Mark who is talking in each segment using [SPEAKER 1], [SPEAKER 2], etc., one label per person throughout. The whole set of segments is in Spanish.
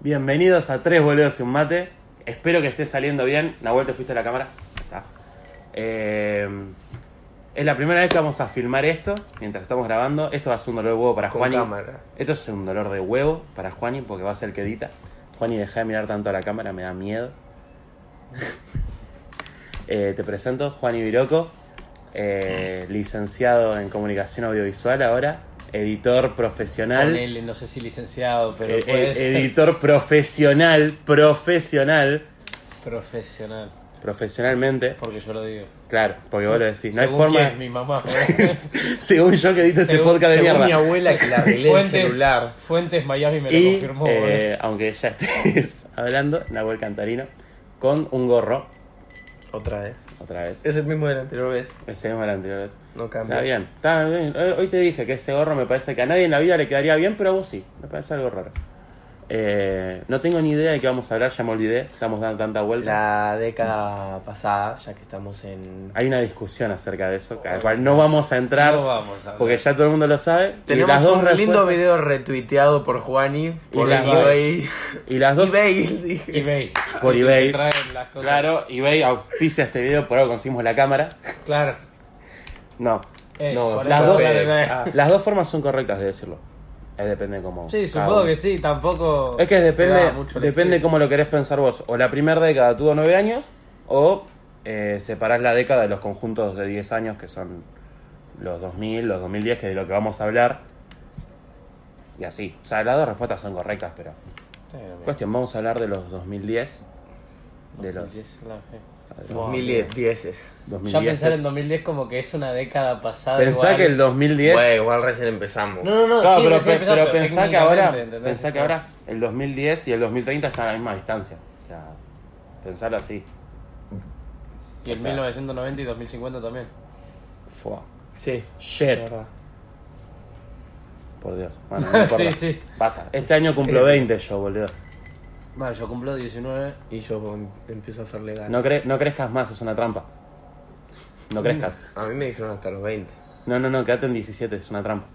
[SPEAKER 1] Bienvenidos a Tres Boludos y un Mate. Espero que esté saliendo bien. Nahuel, te fuiste a la cámara. Está. Eh, es la primera vez que vamos a filmar esto mientras estamos grabando. Esto va a ser un dolor de huevo para
[SPEAKER 2] Con
[SPEAKER 1] Juani.
[SPEAKER 2] cámara.
[SPEAKER 1] Esto es un dolor de huevo para Juani porque va a ser el que edita. Juani, deja de mirar tanto a la cámara, me da miedo. Eh, te presento, Juani Viroco, eh, licenciado en comunicación audiovisual ahora, editor profesional.
[SPEAKER 3] Ponele, no sé si licenciado, pero
[SPEAKER 1] Eh,
[SPEAKER 3] puede
[SPEAKER 1] eh,
[SPEAKER 3] ser
[SPEAKER 1] editor profesional, profesional,
[SPEAKER 3] profesional,
[SPEAKER 1] profesionalmente.
[SPEAKER 3] porque yo lo digo.
[SPEAKER 1] Claro, porque vos lo decís. No hay
[SPEAKER 3] Según
[SPEAKER 1] forma.
[SPEAKER 3] quién, mi mamá.
[SPEAKER 1] según yo que edito este
[SPEAKER 3] Según-
[SPEAKER 1] podcast de
[SPEAKER 3] según
[SPEAKER 1] mierda.
[SPEAKER 2] mi abuela que la arreglé el celular.
[SPEAKER 3] Fuentes Miami me lo
[SPEAKER 1] y
[SPEAKER 3] confirmó.
[SPEAKER 1] eh, aunque ya estés hablando, Nahuel Cantarino con un gorro.
[SPEAKER 2] Otra vez.
[SPEAKER 1] Otra vez.
[SPEAKER 2] Es el mismo de la anterior vez.
[SPEAKER 1] Ese mismo de la anterior vez.
[SPEAKER 2] No
[SPEAKER 1] Está
[SPEAKER 2] cambia.
[SPEAKER 1] bien, está bien. Hoy- Hoy te dije que ese gorro me parece que a nadie en la vida le quedaría bien, pero a vos sí. Me parece algo raro. Eh, no tengo ni idea de qué vamos a hablar, ya me olvidé. Estamos dando tanta vuelta.
[SPEAKER 2] La década pasada, ya que estamos en.
[SPEAKER 1] Hay una discusión acerca de eso, al cual no vamos a entrar,
[SPEAKER 3] No vamos a hablar.
[SPEAKER 1] porque ya todo el mundo lo sabe.
[SPEAKER 2] Tenemos
[SPEAKER 1] y las dos
[SPEAKER 2] un lindo
[SPEAKER 1] respuestas-
[SPEAKER 2] video retuiteado por Juani. Por
[SPEAKER 1] las
[SPEAKER 3] dos-
[SPEAKER 2] eBay.
[SPEAKER 1] Y las dos
[SPEAKER 2] eBay, dije.
[SPEAKER 3] eBay.
[SPEAKER 1] por
[SPEAKER 3] Te
[SPEAKER 1] eBay.
[SPEAKER 3] traen las cosas.
[SPEAKER 1] Claro, eBay auspicia este video, por algo conseguimos la cámara.
[SPEAKER 3] Claro.
[SPEAKER 1] No,
[SPEAKER 3] Eh,
[SPEAKER 2] No,
[SPEAKER 3] por
[SPEAKER 1] las
[SPEAKER 3] eso-
[SPEAKER 1] dos-
[SPEAKER 3] dale,
[SPEAKER 2] Ah.
[SPEAKER 1] las dos formas son correctas de decirlo. Eh, depende cómo.
[SPEAKER 3] Sí,
[SPEAKER 1] cada
[SPEAKER 3] supongo
[SPEAKER 1] uno.
[SPEAKER 3] que sí, tampoco.
[SPEAKER 1] Es que
[SPEAKER 2] da
[SPEAKER 1] depende,
[SPEAKER 2] mucho
[SPEAKER 1] depende
[SPEAKER 2] elegir.
[SPEAKER 1] cómo lo querés pensar vos. O la primera década tuvo nueve años, o eh, separás la década de los conjuntos de 10 años, que son los 2000, los 2010, que es de lo que vamos a hablar. Y así. O sea, las dos respuestas son correctas, pero...
[SPEAKER 3] Sí, no, mira.
[SPEAKER 1] Cuestión, vamos a hablar de los 2010. De los... ah,
[SPEAKER 3] 2010, claro, sí.
[SPEAKER 2] 2010. dieces.
[SPEAKER 1] 2010.
[SPEAKER 3] Ya pensar en 2010 como que es una década pasada.
[SPEAKER 1] Pensá
[SPEAKER 3] igual.
[SPEAKER 1] que el 2010...
[SPEAKER 2] Bueno, igual recién empezamos.
[SPEAKER 3] No, no, no,
[SPEAKER 1] Claro,
[SPEAKER 3] sí,
[SPEAKER 1] pero,
[SPEAKER 3] recién
[SPEAKER 1] pe-
[SPEAKER 3] empezar,
[SPEAKER 1] pero
[SPEAKER 3] pero
[SPEAKER 1] pensá que ahora,
[SPEAKER 3] técnicamente, ¿entendés?
[SPEAKER 1] pensá que ahora el 2010 y el 2030 están a la misma distancia. O sea, pensarlo así.
[SPEAKER 3] Y el
[SPEAKER 1] o sea-
[SPEAKER 3] 1990 y 2050 también.
[SPEAKER 1] Fua.
[SPEAKER 2] Sí.
[SPEAKER 1] Shit.
[SPEAKER 2] es verdad.
[SPEAKER 1] Por Dios. Bueno, no importa.
[SPEAKER 3] Sí, sí.
[SPEAKER 1] Basta. Este año
[SPEAKER 2] Eh.
[SPEAKER 1] cumplo 20 yo, boludo.
[SPEAKER 3] Vale, yo cumplo 19.
[SPEAKER 2] Y yo em, empiezo a hacer legal.
[SPEAKER 1] No, cre- no crezcas más, es una trampa. No
[SPEAKER 2] Mm.
[SPEAKER 1] crezcas.
[SPEAKER 2] A mí me dijeron hasta los 20.
[SPEAKER 1] No, no, no, quédate en 17, es una trampa.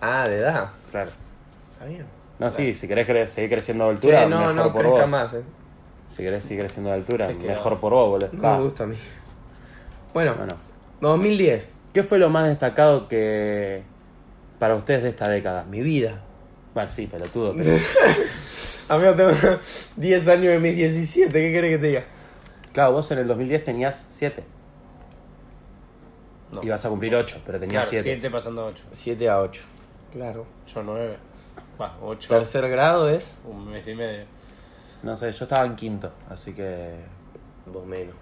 [SPEAKER 2] Ah, de edad.
[SPEAKER 1] Claro.
[SPEAKER 2] Está bien.
[SPEAKER 1] No, sí, si querés cre- seguir creciendo de
[SPEAKER 2] Che,
[SPEAKER 1] altura,
[SPEAKER 2] no,
[SPEAKER 1] mejor
[SPEAKER 2] no,
[SPEAKER 1] por
[SPEAKER 2] crezca
[SPEAKER 1] vos.
[SPEAKER 2] más, eh.
[SPEAKER 1] Si querés seguir creciendo de altura,
[SPEAKER 2] Se quedó.
[SPEAKER 1] mejor por vos, boludo.
[SPEAKER 2] No
[SPEAKER 1] Va.
[SPEAKER 2] me gusta a mí. Bueno,
[SPEAKER 1] Bueno.
[SPEAKER 2] 2010.
[SPEAKER 1] ¿Qué fue lo más destacado que para ustedes de esta década?
[SPEAKER 2] Mi vida.
[SPEAKER 1] Bueno, sí, pelotudo. pero-
[SPEAKER 2] Amigo, tengo 10 años de mis 17, ¿qué querés que te diga?
[SPEAKER 1] Claro, vos en el 2010 tenías 7.
[SPEAKER 3] No.
[SPEAKER 1] Ibas a cumplir 8, pero tenías
[SPEAKER 3] Claro,
[SPEAKER 1] 7.
[SPEAKER 3] 7 pasando 8.
[SPEAKER 2] 7 a 8. Claro.
[SPEAKER 3] Yo 9. Va, 8.
[SPEAKER 2] Tercer grado es
[SPEAKER 3] Un mes y medio.
[SPEAKER 1] No sé, yo estaba en quinto, así que
[SPEAKER 2] 2 menos.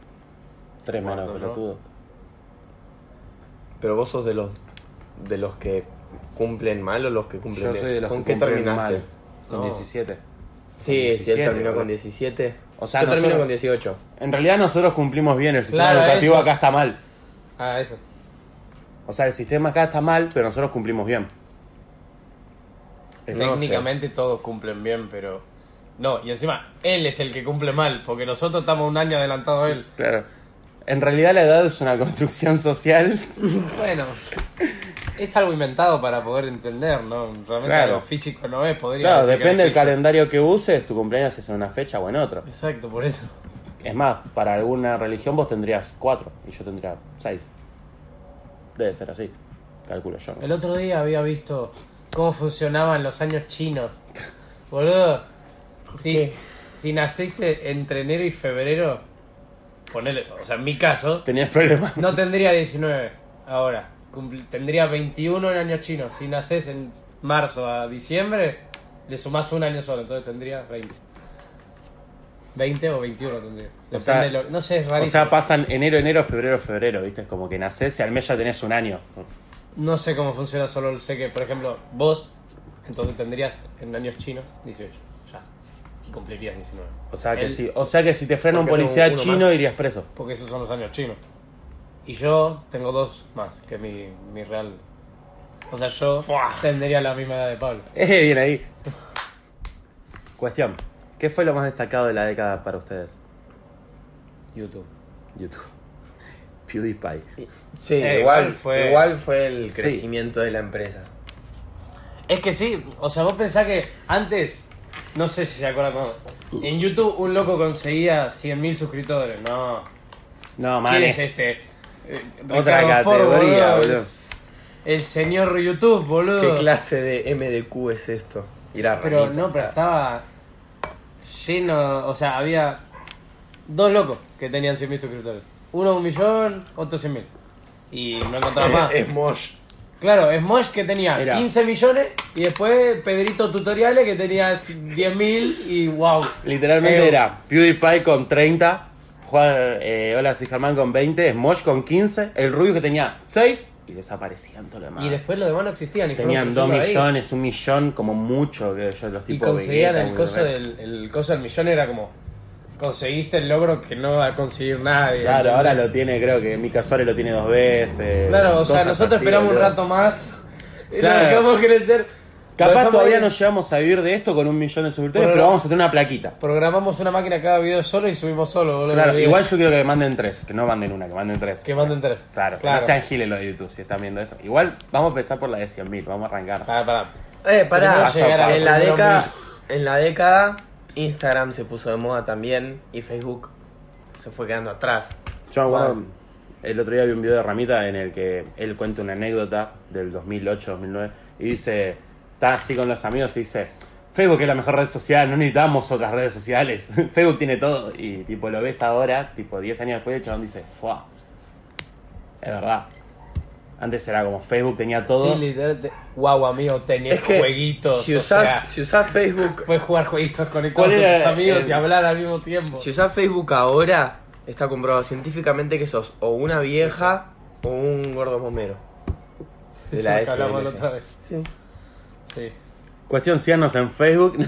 [SPEAKER 1] Tres menos,
[SPEAKER 3] Cuarto, ¿no?
[SPEAKER 1] pelotudo.
[SPEAKER 2] Pero vos sos de los de los que cumplen mal o los que cumplen
[SPEAKER 1] Yo
[SPEAKER 2] bien.
[SPEAKER 1] soy de los
[SPEAKER 2] ¿Con
[SPEAKER 1] que
[SPEAKER 2] qué
[SPEAKER 1] cumplen
[SPEAKER 2] terminaste?
[SPEAKER 1] mal. Con
[SPEAKER 3] No.
[SPEAKER 1] 17.
[SPEAKER 2] Sí, si él
[SPEAKER 1] 17,
[SPEAKER 2] terminó
[SPEAKER 1] boludo.
[SPEAKER 2] con 17.
[SPEAKER 1] O sea,
[SPEAKER 2] yo termino
[SPEAKER 1] nosotros-
[SPEAKER 2] con 18.
[SPEAKER 1] En realidad nosotros cumplimos bien, el sistema
[SPEAKER 3] Claro,
[SPEAKER 1] educativo
[SPEAKER 3] eso.
[SPEAKER 1] acá está mal.
[SPEAKER 3] Ah, eso.
[SPEAKER 1] O sea, el sistema acá está mal, pero nosotros cumplimos bien.
[SPEAKER 2] No
[SPEAKER 3] Técnicamente todos cumplen bien, pero. No, y encima él es el que cumple mal, porque nosotros estamos un año adelantado a él.
[SPEAKER 1] Claro. En realidad la edad es una construcción social.
[SPEAKER 3] Bueno, es algo inventado para poder entender, ¿no? Realmente
[SPEAKER 1] Claro.
[SPEAKER 3] algo físico no es, podría
[SPEAKER 1] Claro,
[SPEAKER 3] decir que
[SPEAKER 1] depende del
[SPEAKER 3] no existe.
[SPEAKER 1] calendario que uses, tu cumpleaños es en una fecha o en otra.
[SPEAKER 3] Exacto, por eso.
[SPEAKER 1] Es más, para alguna religión vos tendrías cuatro y yo tendría seis. Debe ser así, calculo yo. no sé.
[SPEAKER 3] El otro día había visto cómo funcionaban los años chinos. Boludo, si, si naciste entre enero y febrero, ponele, o sea, en mi caso,
[SPEAKER 1] Tenías problemas.
[SPEAKER 3] no tendría 19 ahora. Cumpli- tendría 21 en años chinos. Si naces en marzo a diciembre, le sumás un año solo, entonces tendría 20. 20 o 21 tendría. Depende
[SPEAKER 1] sea,
[SPEAKER 3] de lo- no sé, es
[SPEAKER 1] O
[SPEAKER 3] rarísimo.
[SPEAKER 1] sea, pasan enero, enero, febrero, febrero, ¿viste? Es como que nacés y al mes ya tenés un año.
[SPEAKER 3] No sé cómo funciona, solo sé que, por ejemplo, E, vos Entonces tendrías en años chinos 18, ya. Y cumplirías 19.
[SPEAKER 1] O sea que,
[SPEAKER 3] El-
[SPEAKER 1] si, o sea que si te frena un
[SPEAKER 2] Porque no,
[SPEAKER 1] policía
[SPEAKER 2] uno
[SPEAKER 1] chino
[SPEAKER 2] más.
[SPEAKER 1] irías preso.
[SPEAKER 3] Porque esos son los años chinos. Y yo tengo dos más que mi, mi real. O sea, yo tendría la misma edad de Pablo.
[SPEAKER 1] Eh, bien ahí. Cuestión. ¿Qué fue lo más destacado de la década para ustedes?
[SPEAKER 3] YouTube.
[SPEAKER 1] YouTube. PewDiePie.
[SPEAKER 2] Sí,
[SPEAKER 3] Eh,
[SPEAKER 2] igual,
[SPEAKER 3] igual
[SPEAKER 2] igual,
[SPEAKER 3] fue-
[SPEAKER 2] fue... el
[SPEAKER 1] Sí.
[SPEAKER 2] crecimiento de la empresa.
[SPEAKER 3] Es que sí, o sea, vos pensás que antes, no sé si se acuerdan cuando, en YouTube un loco conseguía 100.000 suscriptores, no.
[SPEAKER 1] No,
[SPEAKER 3] ¿Quién
[SPEAKER 1] manes.
[SPEAKER 3] es este? Eh,
[SPEAKER 1] Otra
[SPEAKER 3] Ricardo
[SPEAKER 1] categoría, boludo.
[SPEAKER 3] es- El señor YouTube, boludo.
[SPEAKER 2] ¿Qué clase de MDQ es esto? Y la
[SPEAKER 3] Pero
[SPEAKER 2] ranita.
[SPEAKER 3] no, pero estaba lleno, o sea, había dos locos que tenían 100.000 suscriptores. Uno un millón, otro 100.000. Y no
[SPEAKER 1] Eh,
[SPEAKER 3] encontraba más.
[SPEAKER 2] Es Mosh.
[SPEAKER 3] Claro, es Mosh que tenía
[SPEAKER 1] Era.
[SPEAKER 3] 15 millones y después Pedrito Tutoriales que tenía 10.000 y wow.
[SPEAKER 1] Literalmente
[SPEAKER 3] Eh,
[SPEAKER 1] era PewDiePie con 30, Juan, eh, Hola soy Germán con 20, Smosh con 15, el Rubio que tenía 6 y desaparecían todo lo demás.
[SPEAKER 3] Y después los demás no existían. Y fueron
[SPEAKER 1] Tenían 2
[SPEAKER 3] creciendo ahí.
[SPEAKER 1] millones, un millón como mucho que ellos los
[SPEAKER 3] Y
[SPEAKER 1] tipos
[SPEAKER 3] conseguían
[SPEAKER 1] Vegeta,
[SPEAKER 3] el
[SPEAKER 1] muy
[SPEAKER 3] coso,
[SPEAKER 1] re-
[SPEAKER 3] del, el coso del millón, era como. Conseguiste el logro que no va a conseguir nadie.
[SPEAKER 1] Claro, ahora lo tiene, creo que Mika Suárez lo tiene dos veces.
[SPEAKER 3] Claro, o sea,
[SPEAKER 1] cosas
[SPEAKER 3] nosotros
[SPEAKER 1] así,
[SPEAKER 3] esperamos un
[SPEAKER 1] boludo.
[SPEAKER 3] rato más. Y
[SPEAKER 1] Claro.
[SPEAKER 3] lo dejamos crecer. Lo
[SPEAKER 1] Capaz
[SPEAKER 3] dejamos
[SPEAKER 1] todavía
[SPEAKER 3] ahí.
[SPEAKER 1] no llegamos a vivir de esto con un millón de suscriptores,
[SPEAKER 3] Pero-
[SPEAKER 1] pero vamos a tener una plaquita.
[SPEAKER 3] Programamos una máquina cada video solo y subimos solo, boludo.
[SPEAKER 1] Claro,
[SPEAKER 3] Los
[SPEAKER 1] igual
[SPEAKER 3] videos.
[SPEAKER 1] yo quiero que manden tres, que no manden una, que manden tres.
[SPEAKER 3] Que manden tres.
[SPEAKER 1] Claro,
[SPEAKER 3] claro.
[SPEAKER 1] no sean giles los de YouTube si están viendo esto. Igual vamos a empezar por la de 100.000, vamos a arrancar.
[SPEAKER 3] Pará, pará.
[SPEAKER 2] Eh,
[SPEAKER 3] Pero
[SPEAKER 2] pará,
[SPEAKER 3] no llegar a
[SPEAKER 2] en la
[SPEAKER 3] los
[SPEAKER 2] década,
[SPEAKER 3] números
[SPEAKER 2] en la década Instagram se puso de moda también y Facebook se fue quedando atrás.
[SPEAKER 1] Yo me acuerdo, el otro día vi un video de Ramita en el que él cuenta una anécdota del 2008-2009 y dice, está así con los amigos y dice, Facebook es la mejor red social, no necesitamos otras redes sociales, Facebook tiene todo. Y tipo lo ves ahora, tipo 10 años después, el chabón dice, ¡fua! Es verdad. Antes era como Facebook tenía todo.
[SPEAKER 3] Sí, literal. te- Guau, amigo, tenía
[SPEAKER 2] Es que
[SPEAKER 3] jueguitos.
[SPEAKER 2] si
[SPEAKER 3] o
[SPEAKER 2] usás,
[SPEAKER 3] sea,
[SPEAKER 2] si usás Facebook,
[SPEAKER 3] puedes jugar jueguitos conectados
[SPEAKER 1] ¿Cuál
[SPEAKER 3] con
[SPEAKER 1] era
[SPEAKER 3] tus amigos
[SPEAKER 1] el-
[SPEAKER 3] y hablar al mismo tiempo.
[SPEAKER 2] si usás Facebook ahora, está comprobado científicamente que sos o una vieja o un gordo momero. De
[SPEAKER 3] Eso
[SPEAKER 2] la
[SPEAKER 3] lo que hablamos la otra
[SPEAKER 2] SLG.
[SPEAKER 3] vez.
[SPEAKER 2] Sí.
[SPEAKER 3] Sí.
[SPEAKER 1] Cuestión, síganos en Facebook.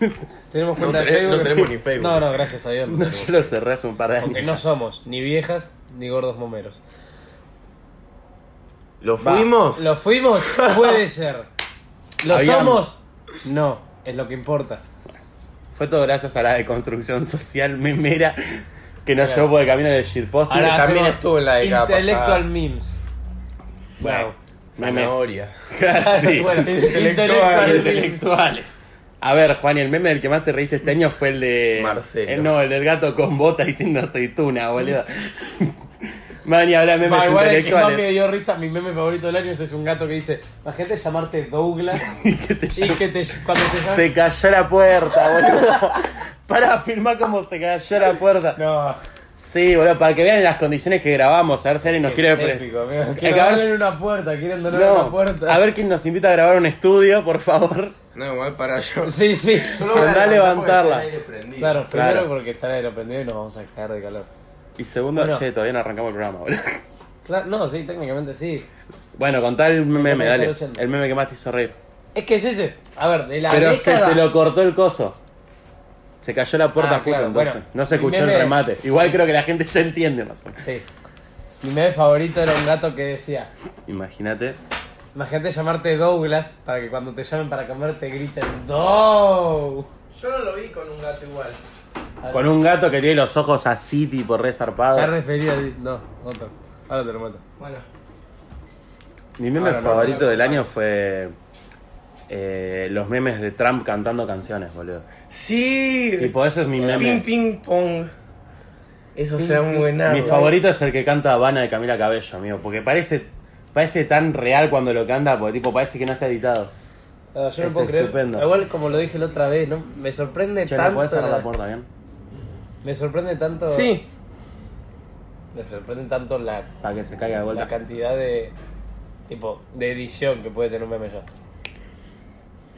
[SPEAKER 1] No,
[SPEAKER 3] Tenemos cuenta de
[SPEAKER 2] tenemos-
[SPEAKER 3] Facebook.
[SPEAKER 2] no tenemos ni Facebook.
[SPEAKER 3] No, no, gracias a Dios. no tenemos.
[SPEAKER 1] yo lo cerré hace un par de
[SPEAKER 3] Porque
[SPEAKER 1] años.
[SPEAKER 3] no somos ni viejas ni gordos momeros.
[SPEAKER 2] ¿Lo fuimos?
[SPEAKER 3] ¿Lo fuimos? Puede ser. ¿Lo
[SPEAKER 1] Habían-
[SPEAKER 3] somos? No, es lo que importa.
[SPEAKER 1] Fue todo gracias a la deconstrucción social memera que nos
[SPEAKER 3] Claro.
[SPEAKER 1] llevó por el camino del shitposting.
[SPEAKER 2] Ahora- también
[SPEAKER 3] hacemos
[SPEAKER 2] estuvo en la década
[SPEAKER 3] Intellectual
[SPEAKER 2] pasada.
[SPEAKER 3] memes.
[SPEAKER 1] Bueno, memes.
[SPEAKER 2] Zanahoria.
[SPEAKER 1] Claro, sí.
[SPEAKER 3] Bueno,
[SPEAKER 2] Intelectual.
[SPEAKER 3] memes.
[SPEAKER 1] Intelectuales. A ver, Juan, y el meme del que más te reíste este año fue el de.
[SPEAKER 2] Marcelo.
[SPEAKER 1] eh, no, el del gato con bota diciendo aceituna, boludo. Man, y habla de memes
[SPEAKER 3] Bah, igual el que más me
[SPEAKER 1] intelectuales.
[SPEAKER 3] dio risa, mi meme favorito del año es ese, un gato que dice, imagínate llamarte Douglas
[SPEAKER 1] Y que te
[SPEAKER 3] y que te, cuando te llamas...
[SPEAKER 1] Se cayó la puerta, boludo. Para filmar cómo se cayó la puerta.
[SPEAKER 3] No,
[SPEAKER 1] Sí, boludo, para que vean las condiciones que grabamos. A ver si alguien nos
[SPEAKER 3] es
[SPEAKER 1] quiere.
[SPEAKER 3] épico, amigo.
[SPEAKER 1] Hay que
[SPEAKER 3] Quiero
[SPEAKER 1] ver
[SPEAKER 3] darle
[SPEAKER 1] si-
[SPEAKER 3] en una puerta, quieren donar en una
[SPEAKER 1] No,
[SPEAKER 3] puerta.
[SPEAKER 1] a ver quién nos invita a grabar un estudio, por favor.
[SPEAKER 2] No, igual para yo.
[SPEAKER 3] Sí, sí.
[SPEAKER 1] Andá a levantarla.
[SPEAKER 3] Claro, primero
[SPEAKER 1] Claro.
[SPEAKER 3] porque está el aire prendido y nos vamos a caer de calor.
[SPEAKER 1] Y segundo,
[SPEAKER 3] Bueno.
[SPEAKER 1] che, todavía no arrancamos el programa, boludo.
[SPEAKER 3] Claro, no, sí, técnicamente sí.
[SPEAKER 1] Bueno, contá el meme,
[SPEAKER 3] meme
[SPEAKER 1] dale.
[SPEAKER 3] del 80.
[SPEAKER 1] El meme que más te hizo reír.
[SPEAKER 3] Es que es ese. A ver, de la
[SPEAKER 1] Pero se
[SPEAKER 3] década...
[SPEAKER 1] te lo cortó el coso. Se cayó la puerta
[SPEAKER 3] Ah,
[SPEAKER 1] justo
[SPEAKER 3] claro,
[SPEAKER 1] entonces.
[SPEAKER 3] bueno.
[SPEAKER 1] no se
[SPEAKER 3] Mi
[SPEAKER 1] escuchó el
[SPEAKER 3] meme-
[SPEAKER 1] remate. Igual creo que la gente ya entiende más o menos.
[SPEAKER 3] Sí. Mi meme favorito era un gato que decía,
[SPEAKER 1] Imagínate.
[SPEAKER 3] imagínate llamarte Douglas para que cuando te llamen para comer te griten Dough.
[SPEAKER 2] Yo no lo vi con un gato igual.
[SPEAKER 1] Con un gato que tiene los ojos así, tipo re
[SPEAKER 3] Está
[SPEAKER 1] zarpado.
[SPEAKER 3] referido a... No, otro. Ahora te lo mato.
[SPEAKER 2] Bueno.
[SPEAKER 1] Mi meme
[SPEAKER 3] Ahora no,
[SPEAKER 1] favorito
[SPEAKER 3] no, no,
[SPEAKER 1] del
[SPEAKER 3] no.
[SPEAKER 1] año fue. eh, los memes de Trump cantando canciones, boludo.
[SPEAKER 2] Sí.
[SPEAKER 1] Tipo, ese es mi
[SPEAKER 2] Ping,
[SPEAKER 1] meme.
[SPEAKER 2] ping, pong. Eso será un buen
[SPEAKER 1] Mi
[SPEAKER 2] árbol.
[SPEAKER 1] favorito es el que canta Habana de Camila Cabello, amigo. Porque parece, parece tan real cuando lo canta, porque tipo, parece que no está editado.
[SPEAKER 3] Ah, yo no
[SPEAKER 1] Es
[SPEAKER 3] puedo creer.
[SPEAKER 1] estupendo.
[SPEAKER 3] Igual como lo dije la otra vez, ¿no? Me sorprende
[SPEAKER 1] Che, ¿me
[SPEAKER 3] tanto.
[SPEAKER 1] podés cerrar
[SPEAKER 3] la-
[SPEAKER 1] la puerta bien?
[SPEAKER 3] Me sorprende tanto.
[SPEAKER 2] Sí.
[SPEAKER 3] Me sorprende tanto la,
[SPEAKER 1] Para que se caiga de
[SPEAKER 3] la
[SPEAKER 1] vuelta.
[SPEAKER 3] cantidad de. Tipo, de edición que puede tener un meme ya.